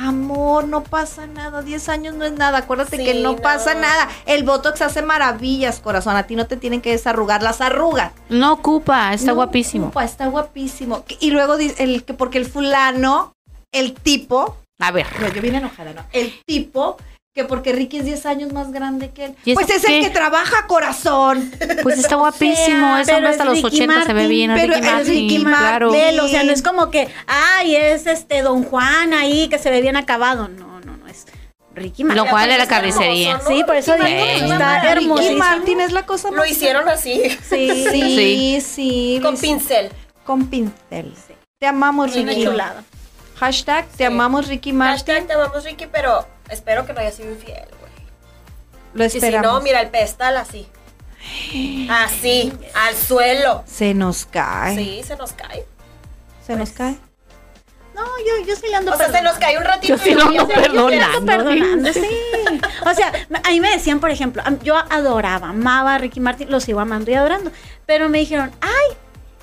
Amor, no pasa nada, 10 años no es nada, acuérdate Sí, que no, no. pasa nada. El Botox hace maravillas, corazón, a ti no te tienen que desarrugar las arrugas. No ocupa, está No, guapísimo. compa, está guapísimo. Que- Y luego dice el que porque el fulano, el tipo, A ver. no, yo vine enojada, ¿no? El tipo que porque Ricky es 10 años más grande que él. ¿Y eso Pues es el qué? que trabaja corazón. Pues está guapísimo. Ese pero hombre hasta es los Ricky 80 se ve Martin, bien. pero Ricky es Martin, Ricky Martin. claro. de él, o sea no es como que ay es este Don Juan ahí que se ve bien acabado no no no es Ricky Martin. Don Juan de la carnicería. Sí, por eso Ricky digo, Martin es eh, está Ricky una maravilla. hermoso. Hermosísimo. Martin es la cosa Lo hicieron así, sí Sí, Sí. sí. con Luis, pincel. con pincel. Te amamos, Sí, Ricky. chulada. lado Hashtag te Sí. amamos, Ricky Martin. Hashtag te amamos, Ricky, pero espero que no haya sido infiel, güey. Lo Y si no, esperamos. mira el pedestal así. Así, al suelo. Se nos cae. Sí, se nos cae. Se nos cae. No, yo, yo sí le ando O sea, se nos cae un ratito. Yo sí y lo luego ya ando se va. Ando perdonando. perdonando, sí. O sea, a mí me decían, por ejemplo, am- yo adoraba, amaba a Ricky Martin, lo sigo amando y adorando, pero me dijeron, ay,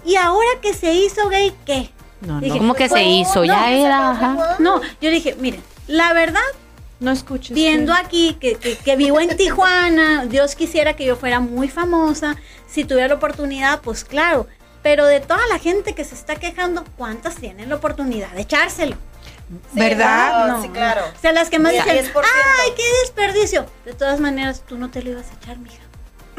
¿y ahora que se hizo gay qué? No, Dije, ¿Cómo que se "Pues, hizo? no, ya era. ajá. No, yo dije, miren, la verdad, No escuches. viendo aquí que, que- que vivo en Tijuana, Dios quisiera que yo fuera muy famosa, si tuviera la oportunidad, pues claro, pero de toda la gente que se está quejando, ¿cuántas tienen la oportunidad de echárselo? Sí, ¿Verdad? no, Sí, claro. O sea, las que más Ni el dicen, 10%. ay, qué desperdicio. De todas maneras, tú no te lo ibas a echar, mija.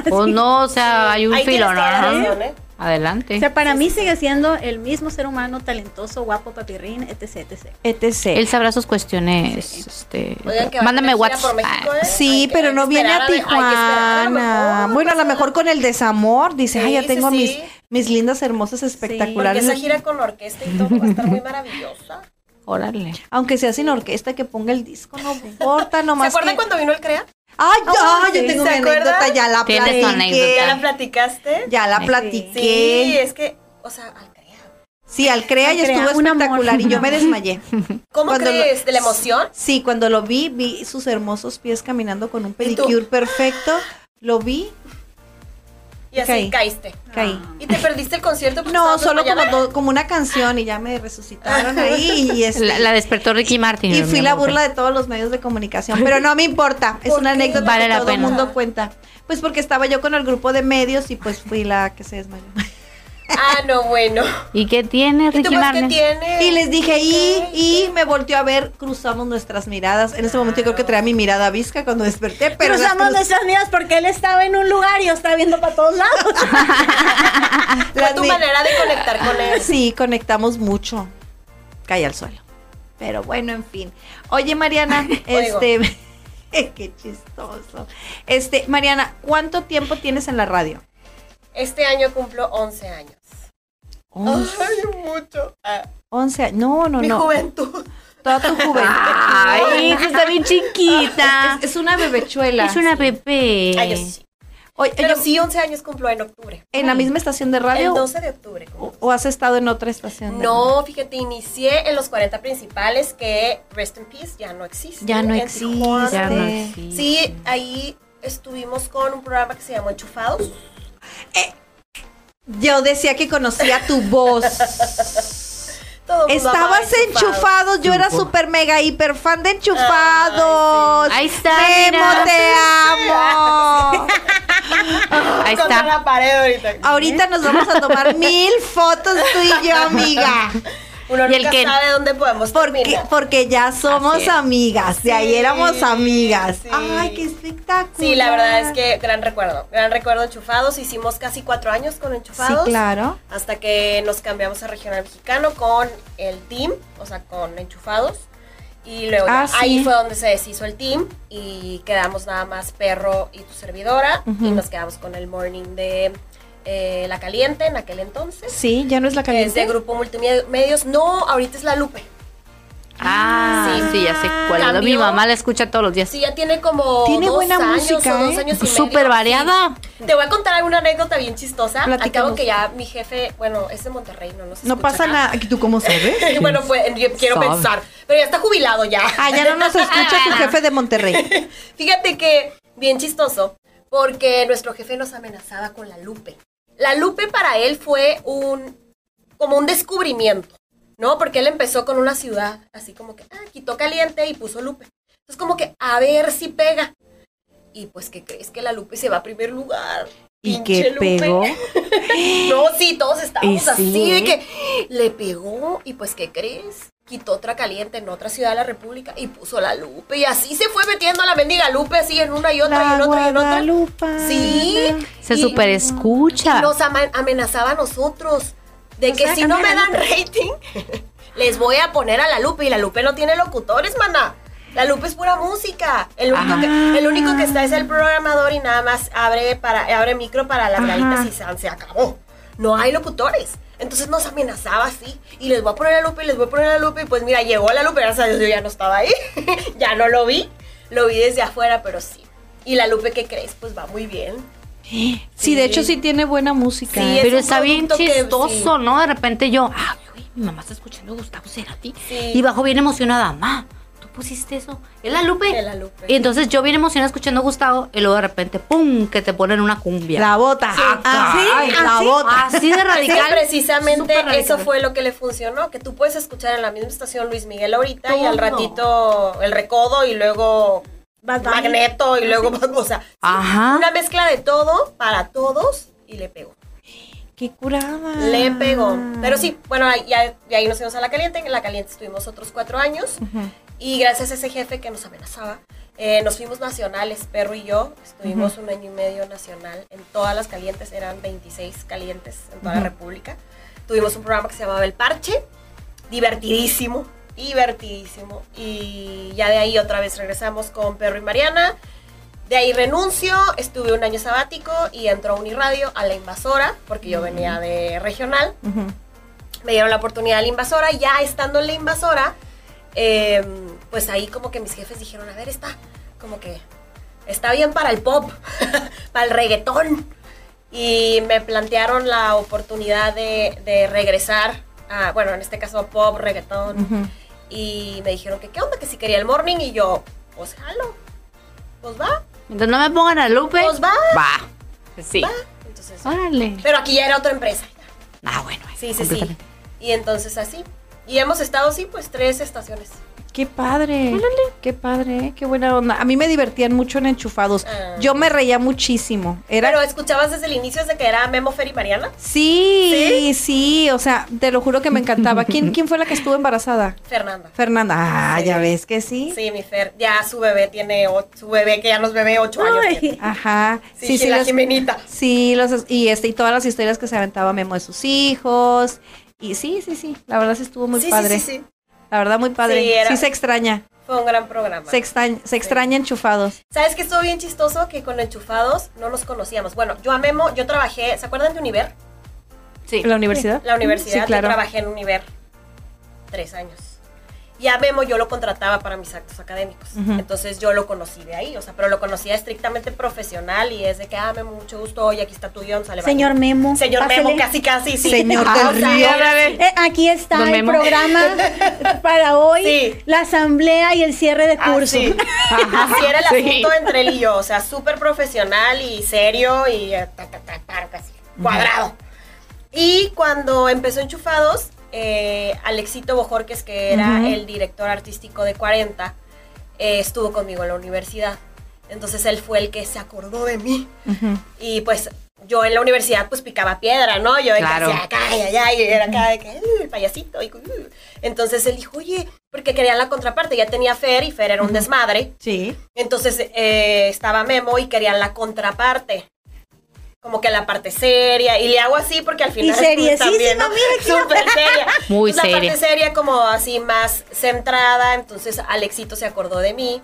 Pues no, o sea, hay un Ahí tienes filo, ¿no? toda la razón, Ajá. ¿eh? Adelante. O sea, para mí sigue siendo el mismo ser humano talentoso, guapo, papirrín, etc, etc. Etc. Él sabrá sus cuestiones. Este, Oigan, que va a mándame tener gira WhatsApp. por México, ¿eh? Hay Sí, que- pero hay no que viene a esperar ver- hay que esperar a lo Tijuana. mejor, Bueno, a lo pues, mejor con el desamor dice, ay, ya Sí, tengo a sí, mis, sí. mis lindas, hermosas, Porque espectaculares. esa gira con orquesta y todo va a estar muy maravillosa. Órale. Aunque sea sin orquesta, que ponga el disco, no importa, nomás. ¿Se acuerdan que- cuando vino el CREA? Ay, ay, yo sí. tengo ¿Se una anécdota, acuerdan? ya la Tienes tu platiqué. ¿Ya anécdota. la platicaste? Ya la Sí. Sí, platiqué. es que, o sea, al CREA. Sí, al CREA Al y Crea, estuvo un amor, espectacular y un yo me amor. desmayé. ¿Cómo Cuando lo- crees? ¿De la emoción? Sí, cuando lo vi, vi sus hermosos pies caminando con un ¿Y tú? pedicure perfecto. Lo vi Y Y así Caí. caíste. Caí. Y te perdiste el concierto. porque No, estabas solo como, desmayada. do- como una canción y ya me resucitaron ahí y, este, La, la despertó Ricky Martin. y mi fui la amor. burla de todos los medios de comunicación. Pero no me importa, es una anécdota Vale que la todo el pena. mundo cuenta. Pues porque estaba yo con el grupo de medios y pues fui la que se desmayó. Ah, no, bueno. ¿Y qué tiene ¿Y tú Ricky pues qué Martin? tienes? Y les dije, y, y me volteó a ver, cruzamos nuestras miradas. En ese momento yo creo que traía mi mirada visca cuando desperté, pero las Cruzamos cruz- nuestras miras porque él estaba en un lugar y yo estaba viendo para todos lados. Fue las tu mi- manera de conectar con él. Sí, conectamos mucho. Caí al suelo. Pero bueno, en fin. Oye, Mariana, Oigo. este. qué chistoso. Este, Mariana, ¿cuánto tiempo tienes en la radio? Este año cumplo 11 años. Once. Ay, mucho. Ah, Once años. No, no, mi no. juventud. Toda tu juventud. Ay, hija, está bien chiquita. Es, es una bebechuela. Es una bebé. Ay, yo sí. Oye, Pero yo- sí, 11 años cumplo en octubre. ¿En la misma estación de El radio 12 de octubre. cumplo. o, o has estado en otra estación? de radio? No, fíjate, inicié en los 40 principales que Rest in Peace ya no existe. Ya no En existe. Tijuana. Ya no Sí. existe. Sí, ahí estuvimos con un programa que se llamó Enchufados. Yo decía que conocía tu voz. Todo el mundo amaba Estabas enchufado, yo era super mega hiper fan de enchufados. Ahí está, Memo, mira. te amo. Ahí Contra está. la pared ahorita. Ahorita nos vamos a tomar mil fotos tú y yo, amiga. Uno Y el nunca que- sabe dónde podemos Porque, terminar. porque ya Así somos es. amigas, de ahí Sí, éramos amigas. sí. Ay, qué espectáculo. Sí, la verdad es que gran recuerdo. Gran recuerdo Enchufados. Hicimos casi cuatro años con Sí, Enchufados. claro. Hasta que nos cambiamos a Regional Mexicano con el team, o sea, con Enchufados. Y luego ya Ah, sí. ahí fue donde se deshizo el team y quedamos nada más Perro y tu servidora. Y nos quedamos con el morning de eh, La Caliente en aquel entonces. Sí, ya no es la que Es de caliente. Grupo Multimedios. No, ahorita es La Lupe. Ah, sí, ya sé cuál. es. Mi Cambió. mamá la escucha todos los días. Sí, ya tiene como Tiene dos buena años música, o dos ¿eh? años y medio. Súper variada. Sí. Te voy a contar alguna anécdota bien chistosa. Platícanos. Acabo que ya mi jefe, bueno, es de Monterrey, no nos No escucha. pasa nada. ¿Tú cómo sabes? bueno, pues yo quiero Sabe. pensar. Pero ya está jubilado ya. Ah, ya no nos escucha tu jefe de Monterrey. Fíjate que bien chistoso, porque nuestro jefe nos amenazaba con la Lupe. La Lupe para él fue un como un descubrimiento, ¿no? Porque él empezó con una ciudad así como que ah, quitó caliente y puso Lupe. Entonces como que a ver si pega. Y pues que crees que la Lupe se va a primer lugar. ¿Y Pinche qué Lupe. pegó? No, sí, todos estábamos Y sí, así de ¿eh? que le pegó y pues ¿qué crees? Quitó otra caliente en otra ciudad de la República y puso la Lupe y así se fue metiendo la mendiga Lupe así en una y otra y en otra y en otra. Guadalupa. Sí. Se Y- super y escucha. nos ama- amenazaba a nosotros de que si no me dan rating les voy a poner a la Lupe y la Lupe no tiene locutores, maná. La Lupe es pura música. El único, Ajá. que, el único que está es el programador y nada más abre, para, abre micro para las galitas y se, se acabó. No hay locutores. Entonces nos amenazaba así. Y les voy a poner a la Lupe, y les voy a poner a la Lupe. Y pues mira, llegó la Lupe, gracias a Dios yo ya no estaba ahí. ya no lo vi. Lo vi desde afuera, pero sí. Y la Lupe, ¿qué crees? Pues va muy bien. Sí, de hecho sí tiene buena música. Sí, ¿eh? Pero es un está bien producto que- chistoso, ¿no? De repente yo, ay, güey, mi mamá está escuchando a Gustavo Cerati. Sí. Y bajo bien emocionada, ma, tú pusiste eso. Es la Lupe. Es la Lupe. Y entonces yo bien emocionada escuchando a Gustavo y luego de repente, ¡pum! que te ponen una cumbia. La bota. Así, Ay, la así, bota. Así de Sí, radical. precisamente súper radical. eso fue lo que le funcionó, que tú puedes escuchar en la misma estación Luis Miguel ahorita y al Todo. ratito el recodo y luego Bad Bunny. Magneto y luego, o sea, sí, Ajá. una mezcla de todo para todos y le pegó. Qué curada. Le pegó. Pero sí, bueno, ahí- ya de ahí nos fuimos a La Caliente. En La Caliente estuvimos otros cuatro años. Y gracias a ese jefe que nos amenazaba, eh, nos fuimos nacionales, Perro y yo. Estuvimos un año y medio nacional en todas las calientes. Eran 26 calientes en toda la República. Tuvimos un programa que se llamaba El Parche. Divertidísimo, divertidísimo. Y ya de ahí otra vez regresamos con Perro y Mariana. De ahí renuncio, estuve un año sabático y entró a Uniradio a la invasora, porque yo venía de regional. Me dieron la oportunidad de la invasora, ya estando en la invasora, eh, pues ahí como que mis jefes dijeron, a ver, está, como que está bien para el pop, para el reggaetón. Y me plantearon la oportunidad de, de regresar a, bueno, en este caso pop, reggaetón. Y me dijeron que qué onda, que si quería el morning y yo, pues jalo, pues va. Entonces no me pongan a Lupe. Pues va. Va. Sí. Entonces entonces. Órale. Pero aquí ya era otra empresa. Ah, bueno. eh, Sí, sí, sí. completamente. Y entonces así. Y hemos estado, sí, pues tres estaciones. Qué padre. Qué padre, qué buena onda. A mí me divertían mucho en enchufados. Ah. Yo me reía muchísimo. Era Pero escuchabas desde el inicio de que era Memo, Fer y Mariana. Sí, sí, o sea, te lo juro que me encantaba. ¿Quién, quién fue la que estuvo embarazada? Fernanda. Fernanda. Ah, Sí. ya ves que sí. Sí, mi Fer. Ya su bebé tiene, o- su bebé que ya nos bebé ocho años. tiene. Ay, Ajá. Sí, sí, la los- Jimenita. sí, los- y este, y todas las historias que se aventaba Memo de sus hijos. Y sí, sí, sí. La verdad sí estuvo muy sí, sí, padre. sí, sí. La verdad, muy padre. Sí, Sí, era- se extraña. Fue un gran programa. Se extraña, se extraña enchufados. ¿Sabes qué estuvo bien chistoso? Que con enchufados no los conocíamos. Bueno, yo a Memo, yo trabajé, ¿se acuerdan de Univer? Sí. ¿En la universidad? La universidad, Sí, claro. yo trabajé en Univer tres años. Y a Memo yo lo contrataba para mis actos académicos. Ujú. Entonces yo lo conocí de ahí, o sea, pero lo conocía estrictamente profesional y es de que, ah, Memo, mucho gusto, oye, aquí está tu guión, sale. va. señor Memo. Señor Memo, pásele. casi, casi, sí. Señor Ah, del o sea, Río. ahora sí. Eh, aquí está Don el Memo. programa para hoy, Sí. Ah, la asamblea y el cierre de curso. Así. Así era el Sí. asunto entre él y yo. O sea, súper profesional y serio y eh, ta, ta, ta, ta, casi, cuadrado. Y cuando empezó Enchufados, eh, Alexito Bojorques, que era el director artístico de 40, eh, estuvo conmigo en la universidad. Entonces él fue el que se acordó de mí. Y pues yo en la universidad pues picaba piedra, ¿no? Yo de que Claro. hacía acá y allá y era acá de que "Uh, el payasito. Y, "Uh". Entonces él dijo, oye, porque querían la contraparte. Ya tenía Fer y Fer era un desmadre. Sí. Entonces eh, estaba Memo y querían la contraparte. Como que la parte seria. Y le hago así porque al final. seriesísima, mira Súper seria. Muy Entonces, La seria. parte seria, como así más centrada. Entonces Alexito se acordó de mí.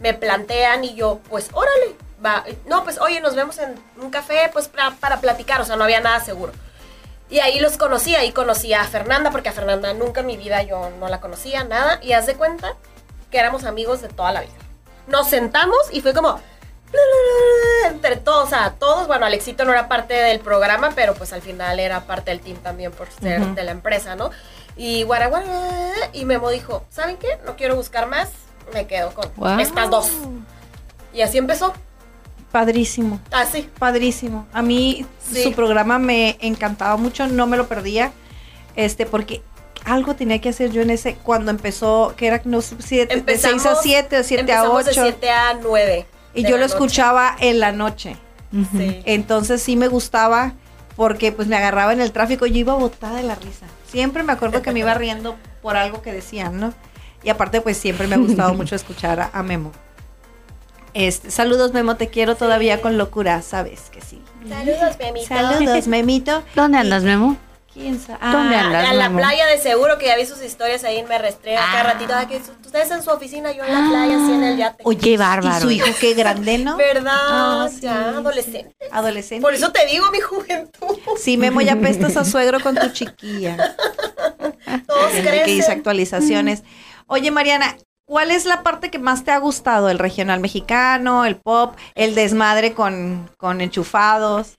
Me plantean y yo, pues, órale. Va. No, pues, oye, nos vemos en un café, pues, pra- para platicar. O sea, no había nada seguro. Y ahí los conocí, ahí conocí a Fernanda, porque a Fernanda nunca en mi vida yo no la conocía, nada. Y haz de cuenta que éramos amigos de toda la vida. Nos sentamos y fue como... Entre todos, o sea, todos, bueno, Alexito no era parte del programa, pero pues al final era parte del team también por ser de la empresa, ¿no? Y guara, guara, y Memo dijo, ¿saben qué? No quiero buscar más, me quedo con Wow. estas dos. Y así empezó, Padrísimo. así. Padrísimo. A mí Sí. su programa me encantaba mucho, no me lo perdía. Este, porque algo tenía que hacer yo en ese, cuando empezó, que era, no sé, siete- de 6 a Empezamos- 7 o 7 a Empezamos 8. de 7 a 9. Y yo lo escuchaba en la noche. Sí. Entonces sí me gustaba porque pues me agarraba en el tráfico. Yo iba botada de la risa. Siempre me acuerdo que me iba riendo por algo que decían, ¿no? Y aparte pues siempre me ha gustado mucho escuchar a, a Memo. Este, saludos Memo, te quiero todavía con locura, sabes que sí. Saludos, Memito. Saludos Memito. ¿Dónde andas, Memo? ¿Quién sabe? ¿Dónde Ah, andas, a la Memo? playa de seguro que ya vi sus historias ahí me restrea cada ratito. Ah, que su- ustedes en su oficina, yo en la playa, así en el yate. Oye, bárbaro. Y su hijo qué grande, ¿no? ¿Verdad? Ah, sí, ya, sí. adolescente. Adolescente. Por eso te digo, mi juventud. Sí, Memo, ya apestas a suegro con tu chiquilla. Todos Enrique dice crecen. actualizaciones. Oye, Mariana, ¿cuál es la parte que más te ha gustado? ¿El regional mexicano, el pop, el desmadre con, con enchufados?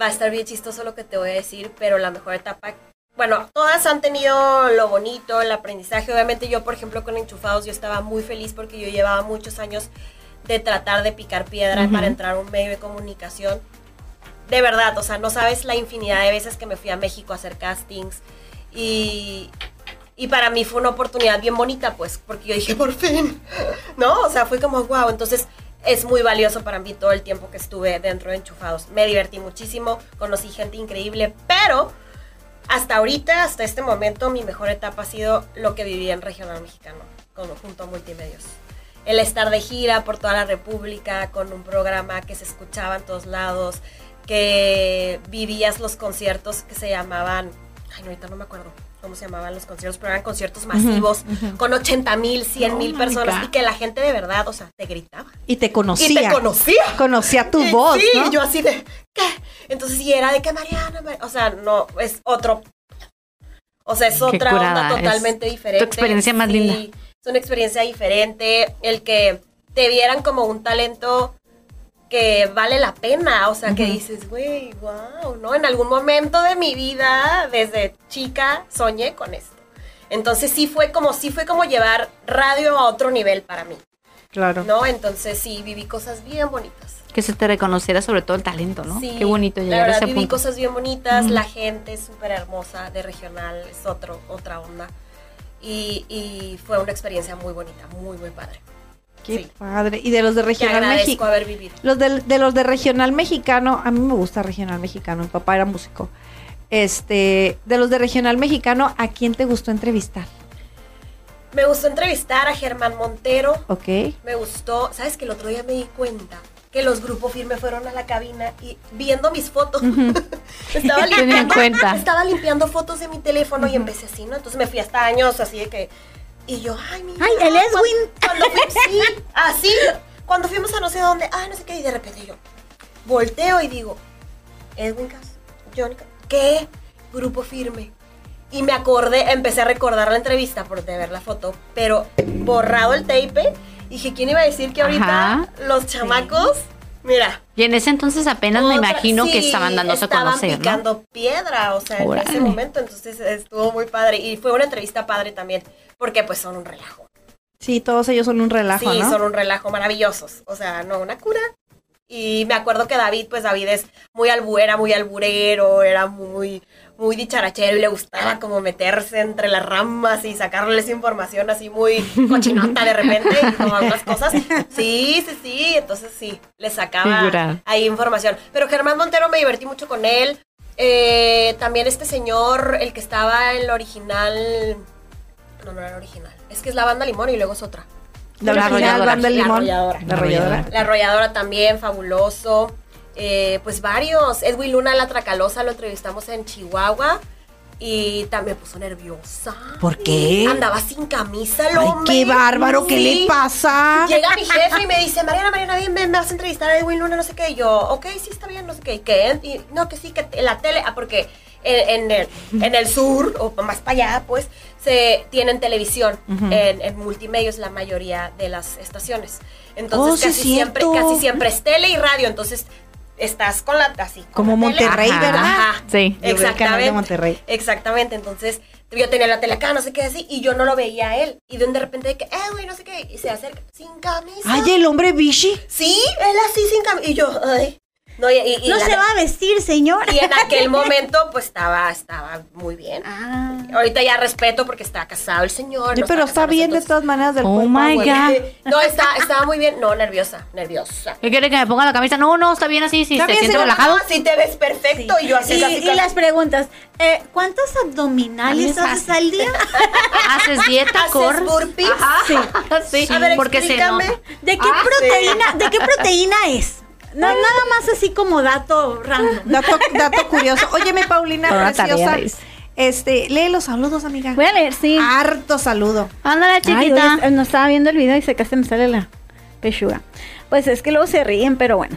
Va a estar bien chistoso lo que te voy a decir, pero la mejor etapa. Bueno, todas han tenido lo bonito, el aprendizaje. Obviamente, yo, por ejemplo, con Enchufados, yo estaba muy feliz porque yo llevaba muchos años de tratar de picar piedra para entrar a un medio de comunicación. de verdad, o sea, no sabes la infinidad de veces que me fui a México a hacer castings y, y para mí fue una oportunidad bien bonita, pues, porque yo dije, por fin, ¿no? O sea, fue como, wow, entonces es muy valioso para mí todo el tiempo que estuve dentro de Enchufados. Me divertí muchísimo, conocí gente increíble, pero hasta ahorita, hasta este momento, mi mejor etapa ha sido lo que viví en Regional Mexicano, con, junto a Multimedios. El estar de gira por toda la República con un programa que se escuchaba en todos lados, que vivías los conciertos que se llamaban, ay, no, ahorita no me acuerdo cómo se llamaban los conciertos, pero eran conciertos masivos con 80 mil, 100 mil personas y que la gente de verdad, o sea, te gritaba. Y te conocía. Y te conocía. Conocía tu Sí, voz, Eh, Sí, ¿no? yo así de, ¿qué? Entonces, y era de que Mariana, Mar- o sea, no, es otro. O sea, es Qué otra curada, onda es totalmente diferente. tu experiencia más Sí, linda. Es una experiencia diferente. El que te vieran como un talento que vale la pena, o sea, que dices, güey, wow, ¿no? En algún momento de mi vida, desde chica, soñé con esto. Entonces sí fue como, sí fue como llevar radio a otro nivel para mí. Claro. ¿no? Entonces sí, viví cosas bien bonitas. Que se te reconociera sobre todo el talento, ¿no? Sí, Qué bonito La llegar a verdad, ese viví punto. cosas bien bonitas, la gente es súper hermosa, de regional, es otro, otra onda. Y, y fue una experiencia muy bonita, muy, muy padre. Qué Sí. padre. Y de los de Que regional agradezco mexicano. haber vivido. Los del- de, los de regional mexicano, a mí me gusta regional mexicano, mi papá era músico. Este, de los de regional mexicano, ¿a quién te gustó entrevistar? Me gustó entrevistar a Germán Montero, ¿Ok? me gustó, sabes que el otro día me di cuenta que los grupos firme fueron a la cabina y viendo mis fotos estaba Tenían limpiando, cuenta. estaba limpiando fotos de mi teléfono y empecé así, ¿no? Entonces me fui hasta años así de que y yo, ay, mira. Ay, el cuando- Edwin. Cuando, fui- sí, así, cuando fuimos a no sé dónde, ah, no sé qué y de repente yo volteo y digo, Edwin Cas, Johnny Cas, ¿qué? Grupo firme. Y me acordé, empecé a recordar la entrevista por de ver la foto, pero borrado el tape, dije, ¿quién iba a decir que ahorita Ajá. los chamacos, mira, Y en ese entonces apenas me otra- imagino que sí, estaban dándose a conocer, Estaban ¿no? picando piedra, o sea, en Órale. ese momento, entonces estuvo muy padre y fue una entrevista padre también, porque pues son un relajo. Sí, todos ellos son un relajo, sí, ¿no? son un relajo maravillosos, o sea, no una cura. Y me acuerdo que David, pues David es muy albu, era muy alburero, era muy muy dicharachero y le gustaba como meterse entre las ramas y sacarles información así muy cochinota de repente y como algunas cosas. Sí, sí, sí, entonces sí, le sacaba Figura. ahí información. Pero Germán Montero me divertí mucho con él. Eh, también este señor, el que estaba en el original, no, no era el original, es que es la banda Limón y luego es otra. La La original, arrolladora. Van del La Limón. arrolladora. La arrolladora. La arrolladora también, fabuloso. Eh, pues varios. Edwin Luna, la tracalosa, lo entrevistamos en Chihuahua. Y también me puso nerviosa. ¿Por qué? Andaba sin camisa, Ay, lo qué bárbaro, ¿qué le pasa? Llega mi jefe y me dice, Mariana, Mariana, bien, ven, me vas a entrevistar a Edwin Luna, no sé qué. Y yo, ok, sí, está bien, no sé qué. ¿Y qué? Y, no, que sí, que en la tele, ah, porque en, en el, en el sur, o más para allá, pues, se tienen televisión en, en multimedios la mayoría de las estaciones. Entonces, Oh, sí, casi, es siempre, cierto. casi siempre es tele y radio, entonces estás con la, así. con Como la tele. Monterrey, Ajá. ¿verdad? Ajá. Sí. Yo veo el canal de Exactamente. Monterrey. Exactamente, entonces yo tenía la tele acá, no sé qué así, y yo no lo veía a él. Y de de repente de que, eh, güey, no sé qué, y se acerca sin camisa. Ay, el hombre bichi. Sí, él así sin camisa. Y yo, ay. No, y, y- y No la- se va a vestir, señora. y en aquel momento, pues estaba, estaba muy bien. Ah, Ahorita ya respeto porque está casado el señor. no pero está casado, bien de entonces- todas maneras del Oh cuerpo, my güey. God. No, está- estaba muy bien. No, nerviosa, nerviosa. ¿Qué quiere que me ponga la camisa? No, no, está bien así, si Está te bien, sientes señora, relajado. no, sí te ves perfecto. Y yo así, Y, así, y con- las preguntas, eh, ¿cuántos abdominales haces al día? Haces dieta, ¿Haces corres. burpees? Sí. sí. A ver, porque se explícame. nota. ¿De qué proteína, de qué proteína es? No, nada más así como dato random. Dato, dato curioso. Óyeme, Paulina, Toda tarea preciosa. de eso. Este, lee los saludos, amiga. Voy a leer, sí. Harto saludo. Ándale, Ay, chiquita. oye, no estaba viendo el video y se casi me sale la pechuga. Pues es que luego se ríen, pero bueno.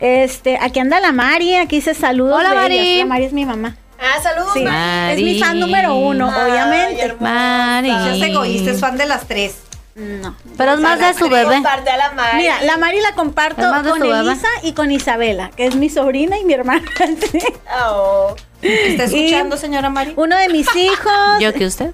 Este, aquí anda la Mari, aquí se saludos. Hola, bellas. Mari. La Mari es mi mamá. Ah, saludos. Sí, Mari. es mi fan número uno, Ay, obviamente. hermosa. Mari. Ya es egoísta, es fan de las tres. No. Pero es más de su bebé. Comparte a la Mari. Mira, la Mari la comparto Es más de con su baba. Elisa y con Isabela, que es mi sobrina y mi hermana. Oh. ¿Está escuchando, señora Mari? Uno de mis hijos, Yo que usted.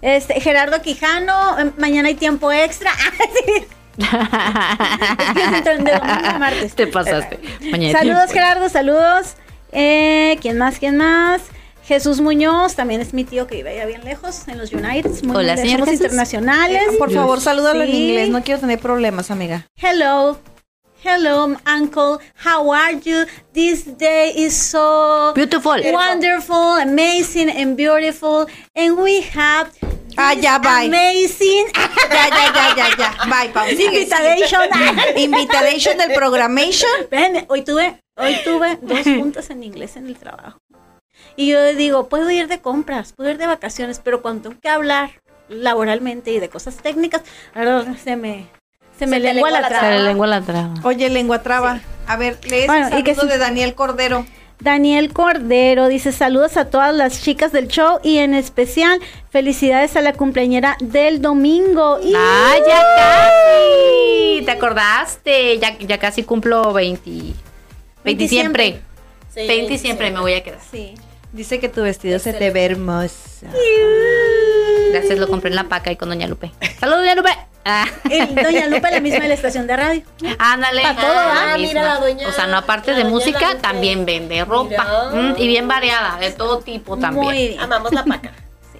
este, Gerardo Quijano, eh, mañana hay tiempo extra. Ah, Es que es entre- de domingo a martes. Te pasaste. Mañana hay Saludos, tiempo. Gerardo, saludos. Eh, ¿Quién más? ¿Quién más? Jesús Muñoz, también es mi tío que vive allá bien lejos, en los United. Muy Hola, lejos, señor somos Jesús. internacionales. Ah, Eh, Por favor, salúdalo en Sí. inglés. No quiero tener problemas, amiga. Hello. Hello, uncle. How are you? This day is so Beautiful. wonderful, amazing, and beautiful. And we have Ah, ya, bye. amazing Ah, Ya, ya, ya, ya, ya. Bye, Paulina. invitation. Invitation del programation. Espérenme, hoy tuve, hoy tuve dos juntas en inglés en el trabajo. Y yo digo, puedo ir de compras, puedo ir de vacaciones, pero cuando tengo que hablar laboralmente y de cosas técnicas, ahora se me, se me te lengua lengua la la traba. Se le lengua la traba. Oye, lengua traba. A ver, lees Bueno, el y que saludo de sí. Daniel Cordero. Daniel Cordero dice saludos a todas las chicas del show y en especial felicidades a la cumpleañera del domingo. Y- ¡Ah, ya casi! ¿Te acordaste? Ya, ya casi cumplo 20. 20 siempre. Sí, 20 siempre me voy a quedar. Sí. Dice que tu vestido se te ve hermoso. Gracias, lo compré en la paca y con Doña Lupe. ¡Saludos, Doña Lupe! Ah, El Doña Lupe, la misma de la estación de radio. ándale. Pa' todo, la ah, mira la doña- O sea, no aparte la de doña música, la Lupe. también vende ropa. Mira. Mm, y bien variada, de todo tipo también. Muy bien. Amamos la paca.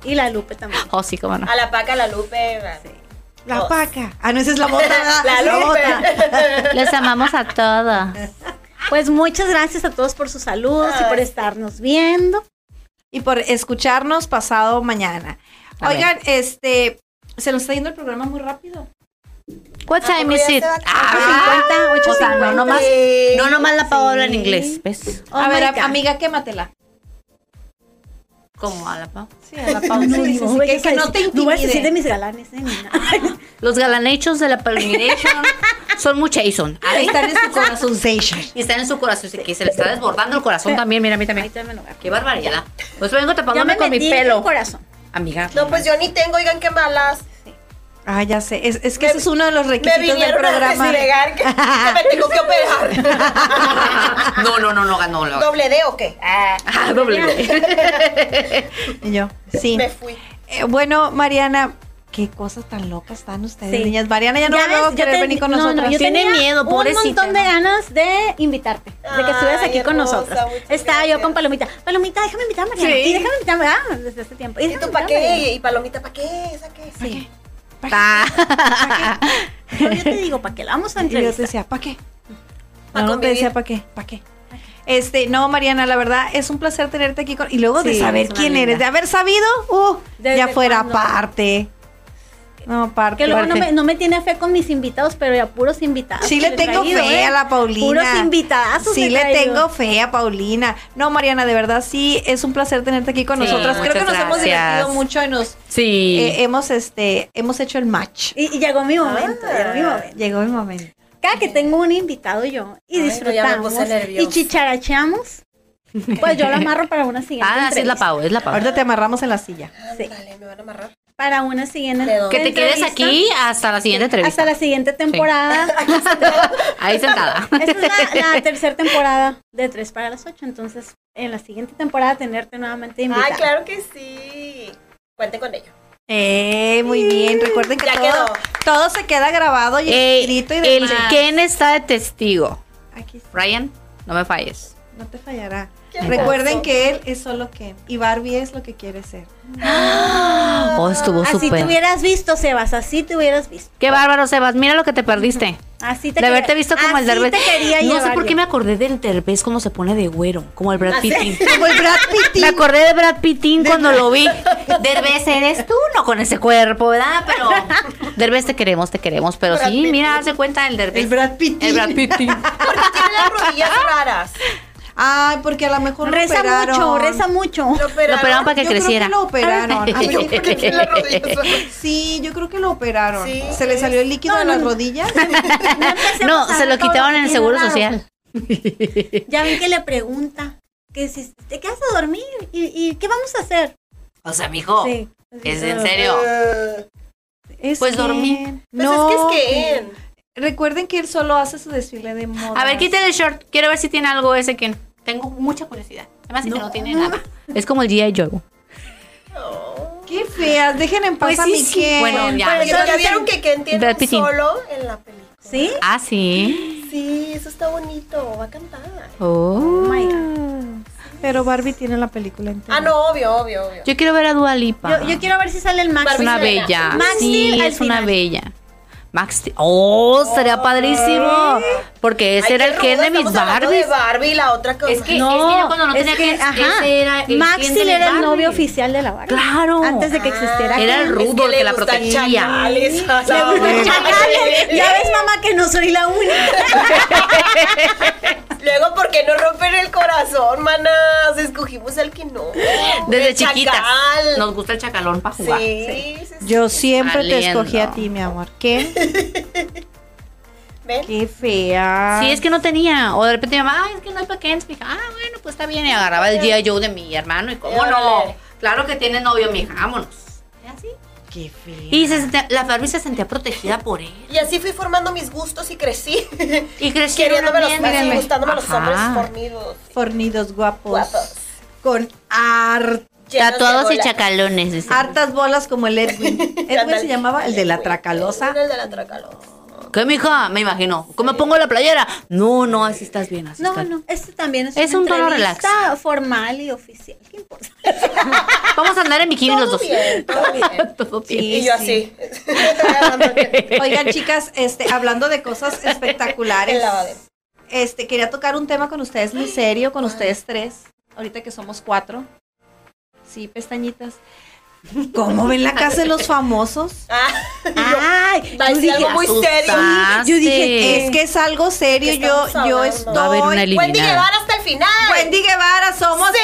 Y la Lupe también. Oh, sí, cómo no. A la paca, la lupe. La Dos. paca. Ah, no, esa es la bota. ¿verdad? La Esa es lupe. Les amamos a todas. Pues muchas gracias a todos por sus saludos y por estarnos viendo. Y por escucharnos pasado mañana. A ver. Oigan, este, se nos está yendo el programa muy rápido. What time is it? Ah, 850, o sea, 850. no nomás, no nomás la Paola habla en inglés, ¿ves? Oh a my ver, God. a- amiga, quématela. Como a la Paola. Sí, a la pausa. No, Sí, sí, no, sí, vayas que, a que no te decir- No vas a decir de intimide. mis galanes, eh, ni nada. Los galanechos de la Polynesian son muchísimos. Están Ah, en su corazón station. Y están en su corazón, así que se le está desbordando el corazón también. Mira, a mí también. Ahí también lo agarro. Qué barbaridad. Pues vengo Ya tapándome me con mi metí en el pelo. corazón. Amiga. No, pues yo ni tengo, oigan qué malas. Ah, ya sé. Es, es que Me- ese es uno de los Me requisitos del vinieron a programa. desagregar que, que me tengo que operar. No, no, no, no ganó. No, ¿Doble D o qué? Ah, Ah, doble. Y yo, sí. me fui. Eh, bueno, Mariana, qué cosas tan locas están ustedes, Sí. niñas. Mariana ya no Ya va ves, a yo querer te- venir con no, no, nosotros. yo Tiene tenía miedo, Un pobrecita, montón de ¿no? ganas de invitarte, de que estuvieras Ay, aquí con hermosa, nosotros. muchas Estaba yo gracias. con Palomita. Palomita, déjame invitar a Mariana. Sí. Y déjame invitar ah, desde este tiempo. Y ¿Y déjame tú para invitar a qué? Mariana. ¿Y palomita para qué? ¿Esa qué? Sí. Ah. Ta. No, yo te digo, ¿para qué? La vamos a Y yo te entrevistar. decía, ¿para qué? Pa' No, no te convivir. decía, ¿para qué? ¿Para qué? Este, no, Mariana, la verdad es un placer tenerte aquí con. Y luego de Sí, saber es una quién linda. eres, de haber sabido, uh, ¿Desde ya fuera cuándo? parte. No, parte. Que luego no parte. me, no me tiene fe con mis invitados, pero ya puros invitados. Sí que le tengo he traído, fe ¿eh? a la Paulina. Puros invitados. Sí le tengo fe a Paulina. No, Mariana, de verdad sí, es un placer tenerte aquí con Sí, nosotras. Creo que muchas nos hemos gracias. divertido mucho y nos Sí. eh, hemos este hemos hecho el match. Y, y llegó mi momento, llegó Ah. mi momento. Llegó el momento. Cada que tengo un invitado yo y Ay, pues no, ya me disfrutamos puse nerviosa. y chicharacheamos, pues yo lo amarro para una siguiente ah, sí es la entrevista. Pau, es la Pau. Ahorita te amarramos en la silla. Sí. Dale, me van a amarrar. para una siguiente Ledo. Que te quedes entrevista. aquí hasta la siguiente entrevista. hasta la siguiente temporada. Ahí sentada. Esta es la, la tercera temporada de 3 para las 8, entonces en la siguiente temporada tenerte nuevamente invitada. Ay, claro que sí. Cuente con ello. Eh, muy bien. Recuerden que Ya todo, quedó. todo se queda grabado y Ey, escrito y el demás. Ken está de testigo. Aquí está, Ryan, no me falles. no te fallará. Qué Recuerden hermoso. que él es solo Ken y Barbie es lo que quiere ser. Oh, estuvo Así te súper. hubieras visto, Sebas, así te hubieras visto. Qué bárbaro, Sebas. Mira lo que te perdiste. Así De te quería- haberte visto como el así Derbez. te quería No sé llevar por qué yo. me acordé del Derbez como se pone de güero, como el Brad Pitt. Como el Brad Pitt. Me acordé de Brad Pittín cuando lo vi. Derbez, eres tú, no con ese cuerpo, ¿verdad? Pero Derbez, te queremos, te queremos. Pero sí, mira, darse cuenta del Derbez. El Brad Pitt. El Brad Pittín. Porque tiene las rodillas raras. Ay, porque a lo mejor lo Reza operaron. mucho, reza mucho. Lo Lo operaron. operaron para que Yo creo creciera. lo operaron. A ver, Yo porque tiene las rodillas raras. Sí, yo creo que lo operaron. Sí. Se le salió el líquido No, de no, las no. rodillas. No, se lo quitaron en el seguro Claro. social. Ya ven que le pregunta que si te quedas a dormir y, y qué vamos a hacer. O sea, Oh. mijo, Sí. es en serio. Eh, Es Pues dormí. Ken. Pues no, es que es Ken. Recuerden que él solo hace su desfile de moda. A ver, quítale el short. Quiero ver si tiene algo ese que tengo mucha curiosidad. Además, si no, tiene nada. Es como el G.I. Joe. Qué feas. Dejen en paz Pues a sí, mi sí. Ken. Bueno, ya. Porque ya vieron que Ken tiene Brad un Pitt. solo en la película. ¿Sí? Ah, sí. Sí, eso está bonito. Va a cantar. Oh. Oh my God. Pero Barbie tiene la película entera. Ah, no, obvio, obvio, obvio. Yo quiero ver a Dua Lipa. Yo, yo quiero ver si sale el Max. Es una Barbie bella. Max sí, Steel al es una final. bella. Max Steel. Oh, sería padrísimo. Porque ese Ay, era qué el Ken de rudo, mis estamos hablando Barbies. De Barbie y la otra cosa. Es que, es que yo cuando no es tenía que, ajá, ese era el Max Ken de Steel mis era el novio Barbies. oficial de la Barbie. Claro. Antes de que existiera. Era el Ken. rudo que la gustan protegía. chacales, o sea, Le gustan chacales. Ya ves, mamá, que no soy la única. Luego, ¿por qué no romper el corazón, manas? Escogimos al que no. Desde El chiquitas. chacal. Nos gusta el chacalón para Sí, jugar. sí, sí. Yo siempre te Valiendo. escogí a ti, mi amor. ¿Qué? Ven. Qué fea. Sí, es que no tenía. O de repente mi mamá, "Ay, es que no hay para Ken. Mija, ah, bueno, pues está bien. Y agarraba el G.I. Joe de mi hermano. ¿Y cómo no? Órale. Claro que tiene novio, mija. Vámonos. Y así. Qué fea. Y se sentía- la Barbie se sentía protegida por él. Y así fui formando mis gustos y crecí. Y crecieron Queriéndome los bien. hombres y gustándome los Ajá. hombres fornidos. Fornidos guapos. Guapos. Con arte. llenas de Tatuados y bolas. chacalones. dice. Hartas bolas como el Edwin. Edwin se Ándale. llamaba el de la tracalosa. Era El de la tracalosa. ¿Qué, mija? Me imagino. ¿Cómo me pongo la playera? No, no, así estás bien. Así No, estás- no, este también es, Es una un tono entrevista formal y oficial. ¿Qué importa? Vamos a andar en bikini los dos. Bien, todo bien. Todo bien. y yo así. Agarrando el- Oigan, chicas, este, hablando de cosas el espectaculares, lavadero. este, quería tocar un tema con ustedes muy serio, con ustedes tres, ahorita que somos cuatro. Sí, pestañitas. ¿Cómo ven la casa de los famosos? Ah, Ay, va a yo decir dije, algo muy serio. Asustaste. yo dije, Es que es algo serio, ¿Qué yo, estamos yo hablando? estoy... Va a haber una Wendy eliminada. llevar hasta el final. Wendy Guevara, somos ¡Sí!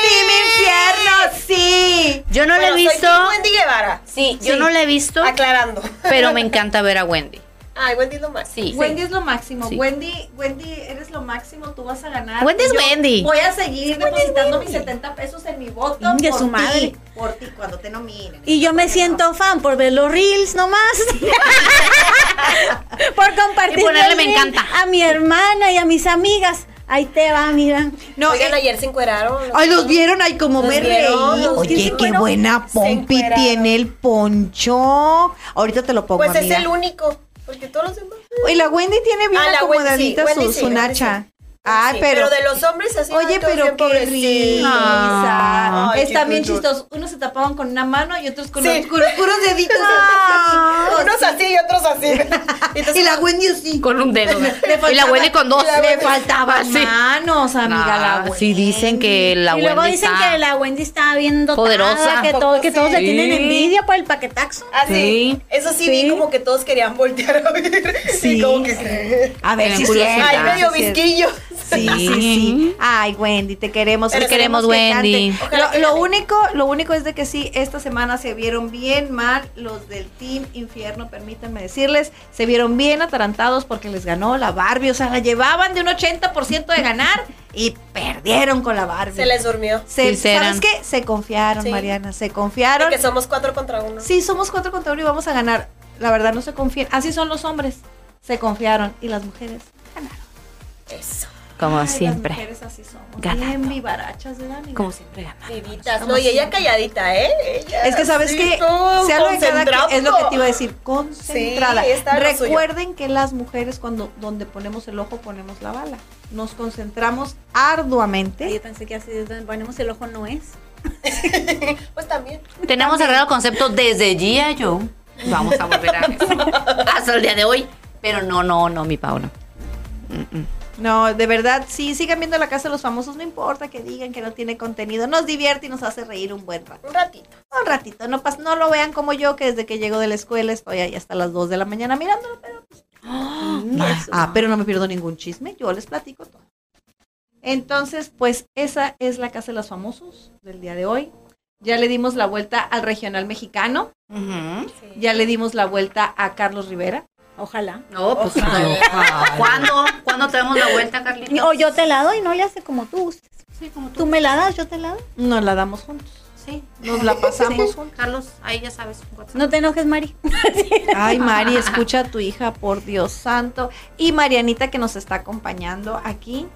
Team Infierno, sí. Yo no la he Bueno, soy visto. Team Wendy Guevara. Sí, yo no la he visto, Ah, Aclarando. pero me encanta ver a Wendy. Ay, Wendy es lo más. Sí. Wendy es lo máximo. Sí. Wendy, Wendy, eres lo máximo. Tú vas a ganar. Wendy es Yo Wendy. Voy a seguir depositando mis 70 pesos en mi voto. Ingue por su ti, madre. Por ti, cuando te nominen. y yo me siento fan por ver los reels nomás. por compartir. Y ponerle el me reel encanta. A mi hermana y a mis amigas. Ahí te va, mira. No, Oigan, eh, ayer se encueraron. Pues ay, los vieron. Ay, como Los me vieron, reí. los que Oye, se qué fueron, buena se pompi encueraron. tiene el poncho. Ahorita te lo pongo, Pues es amiga. el único. Porque todos los demás. Oye, la Wendy tiene bien Ah, la acomodadita su, Wendy sí, Wendy sí, su Wendy nacha. sí. Ay, Sí, pero... de los hombres así. Oye, todos pero bien qué pobrecitos. risa. Ay, Están qué bien tuyo. chistosos. Unos se tapaban con una mano y otros con Sí. los puros- puros deditos. Unos así y otros así. Entonces, Y la Wendy sí. Con un dedo. Le faltaba- Y la Wendy con dos. Le faltaban Sí. manos, amiga. la Ah, Wendy. sí, dicen que la y Wendy luego dicen está- que la Wendy está bien dotada, Poderosa. que, todo- que todos le Sí. tienen envidia por el paquetaxo. Así. Sí. Ah, Eso sí, vi como que todos querían voltear a ver. Sí. como que. A ver Tienen si curiosidad. sí. Ay, Ah, medio sí, sí. visquillo. Sí, sí, sí. Ay, Wendy, te queremos. Te queremos, que cante. Wendy. Ojalá Lo- que Lo, gane. único, lo único es de que sí, esta semana se vieron bien mal los del Team Infierno, permítanme decirles. Se vieron bien atarantados porque les ganó la Barbie. O sea, la llevaban de un 80% de ganar y perdieron con la Barbie. Se les durmió. Se- Sí, eran. ¿Sabes qué? Se confiaron, Sí. Mariana, se De confiaron. que somos cuatro contra uno. Sí, somos cuatro contra uno y vamos a ganar. La verdad, no se confían. Así son los hombres. Se confiaron. Y las mujeres. Eso. Como Ay, Las siempre. mujeres así somos. Ganando. Bien vivarachas, ¿verdad, amiga? Como siempre gana. Vivitas. No, y ella calladita, ¿eh? Ella Es que sabes así, que todo sea lo de cada quien, es lo que te iba a concentrado. decir, concentrada. Sí, está en lo suyo. Recuerden que las mujeres cuando donde ponemos el ojo ponemos la bala. Nos concentramos arduamente. Yo pensé que así ponemos el ojo no es. Pues también. Tenemos cerrado el concepto desde G.I. Joe. Vamos a volver a eso. Hasta el día de hoy. Pero no, no, no, mi Paula. No, de verdad, sí, sigan viendo la casa de los famosos, no importa que digan que no tiene contenido, nos divierte y nos hace reír un buen rato. Un ratito. Un ratito, no pas, no lo vean como yo que desde que llego de la escuela estoy ahí hasta las 2 de la mañana mirándolo, pero pues, Ah, pero no me pierdo ningún chisme, yo les platico todo. Entonces, pues esa es la Casa de los Famosos del día de hoy. Ya le dimos la vuelta al regional mexicano, Ujú. ya le dimos la vuelta a Carlos Rivera. Ojalá. No, pues no. ¿Cuándo? ¿Cuándo tenemos la vuelta, Carlita? O yo te la doy, no le hace como tú gustes. Tú me la das, yo te la doy. Nos la damos juntos. Sí. Nos la pasamos juntos. Carlos, ahí ya sabes. WhatsApp. No te enojes, Mari. Ay, Mari, escucha a tu hija, por Dios santo. Y Marianita que nos está acompañando aquí,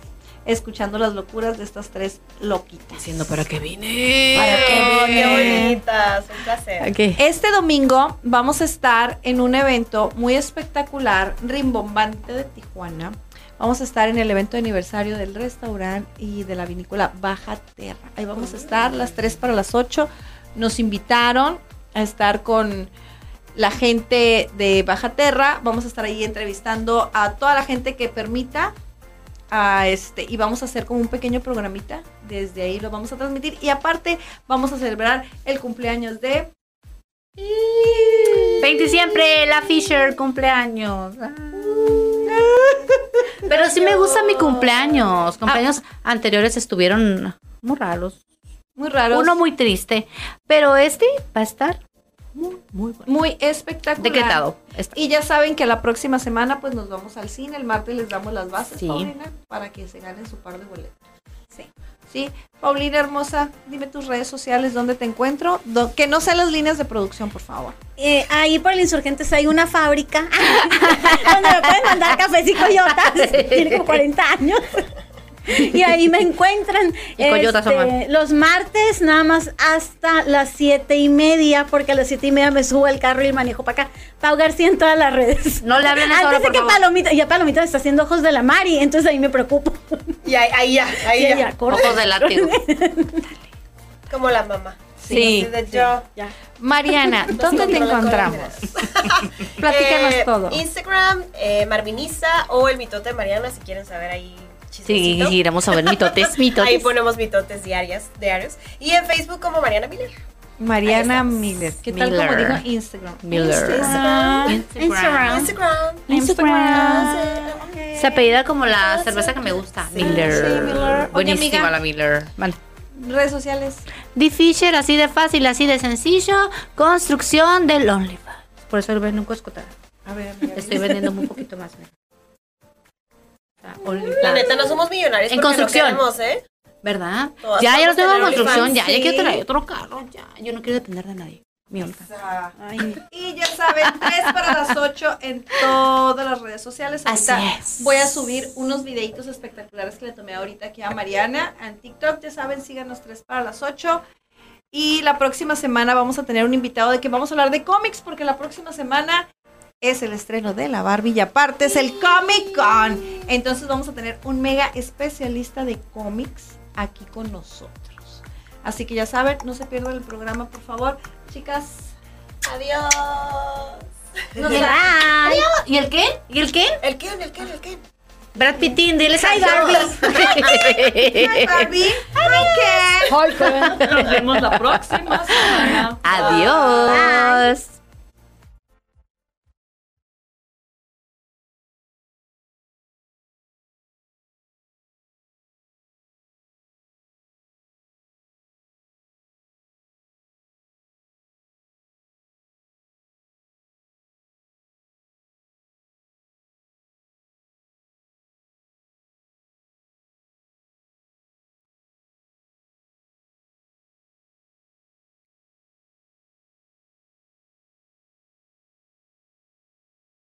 escuchando las locuras de estas tres loquitas. Diciendo, ¿para qué vine? Oh, qué bonitas. Un placer. ¿Qué? Este domingo vamos a estar en un evento muy espectacular, rimbombante de Tijuana. Vamos a estar en el evento de aniversario del restaurante y de la vinícola Baja Terra. Ahí vamos a estar las 3 para las 8. Nos invitaron a estar con la gente de Baja Terra. Vamos a estar ahí entrevistando a toda la gente que permita. a este, y vamos a hacer como un pequeño programita. Desde ahí lo vamos a transmitir. Y aparte, vamos a celebrar el cumpleaños de 20 siempre, la Fisher, cumpleaños. Ah. Pero sí me gusta mi Ah. cumpleaños. Cumpleaños anteriores estuvieron muy raros. Muy raro. Uno muy triste. Pero este va a estar muy, muy bueno. muy espectacular. Decretado. Está. Y ya saben que la próxima semana pues nos vamos al cine. El martes les damos las bases, Sí. Paulina, para que se ganen su par de boletos. Sí. Sí. Paulina hermosa, dime tus redes sociales, dónde te encuentro. Do- que no sean las líneas de producción, por favor. Eh, ahí por el Insurgentes hay una fábrica donde me pueden mandar cafés y coyotas. Tiene como 40 años. y ahí me encuentran. este, Y coyotas aman. Los martes nada más hasta las siete y media, porque a las siete y media me subo al carro y manejo para acá. Pau García en todas las redes. No le hablen a esa hora, Antes de por que favor. Palomita, ya Palomita me está haciendo ojos de la Mari, entonces ahí me preocupo. Y ahí, ahí ya, ahí Ya, ya. ya, corre. Ojos de látigo. Como la mamá. Sí. Así de yo. pues, Mariana, ¿dónde te No la encontramos? conocerás. Platícanos Eh, todo. Instagram, eh, Marviniza o el mitote de Mariana, si quieren saber ahí Sí, chismecito. iremos a ver mitotes, mitotes. Ahí ponemos mitotes diarias, diarios. Y en Facebook como Mariana Miller. Mariana Miller. ¿Qué tal como Miller. digo Instagram? Miller. Ah. Instagram. Instagram. Instagram. Se apellida como la cerveza que me gusta. Miller. Ah, sí, Miller. Oye, Buenísima amiga. la Miller. Vale. Redes sociales. Difficile, así de fácil, así de sencillo. Construcción del OnlyFans. Por eso el ven nunca escotada. A ver, amiga. Estoy vendiendo un poquito más. ¿eh? mira. Ah, OnlyFans. La neta, no somos millonarios. En porque no construcción. queremos, ¿eh? ¿Verdad? Todas ya, ya vamos los tengo a en tener construcción. Ya, OnlyFans, ya quiero sí. traer otro carro. Ya, yo no quiero depender de nadie. Mi OnlyFans. Y ya saben, 3 para las 8 en todas las redes sociales. Así Ahorita es. voy a subir unos videitos espectaculares que le tomé ahorita aquí a Mariana en TikTok. Ya saben, síganos 3 para las 8. Y la próxima semana vamos a tener un invitado de que vamos a hablar de cómics porque la próxima semana es el estreno de la Barbie y aparte es el Comic Con. Entonces vamos a tener un mega especialista de cómics aquí con nosotros. Así que ya saben, no se pierdan el programa, por favor. Chicas, Adiós. nos Y el- da- ¿Y el qué? ¿Y el qué? El Ken, el Ken, el Ken. Brad Pittin, diles Hi, Bye, Barbie. Bye, Ken. Nos vemos la próxima semana. Adiós.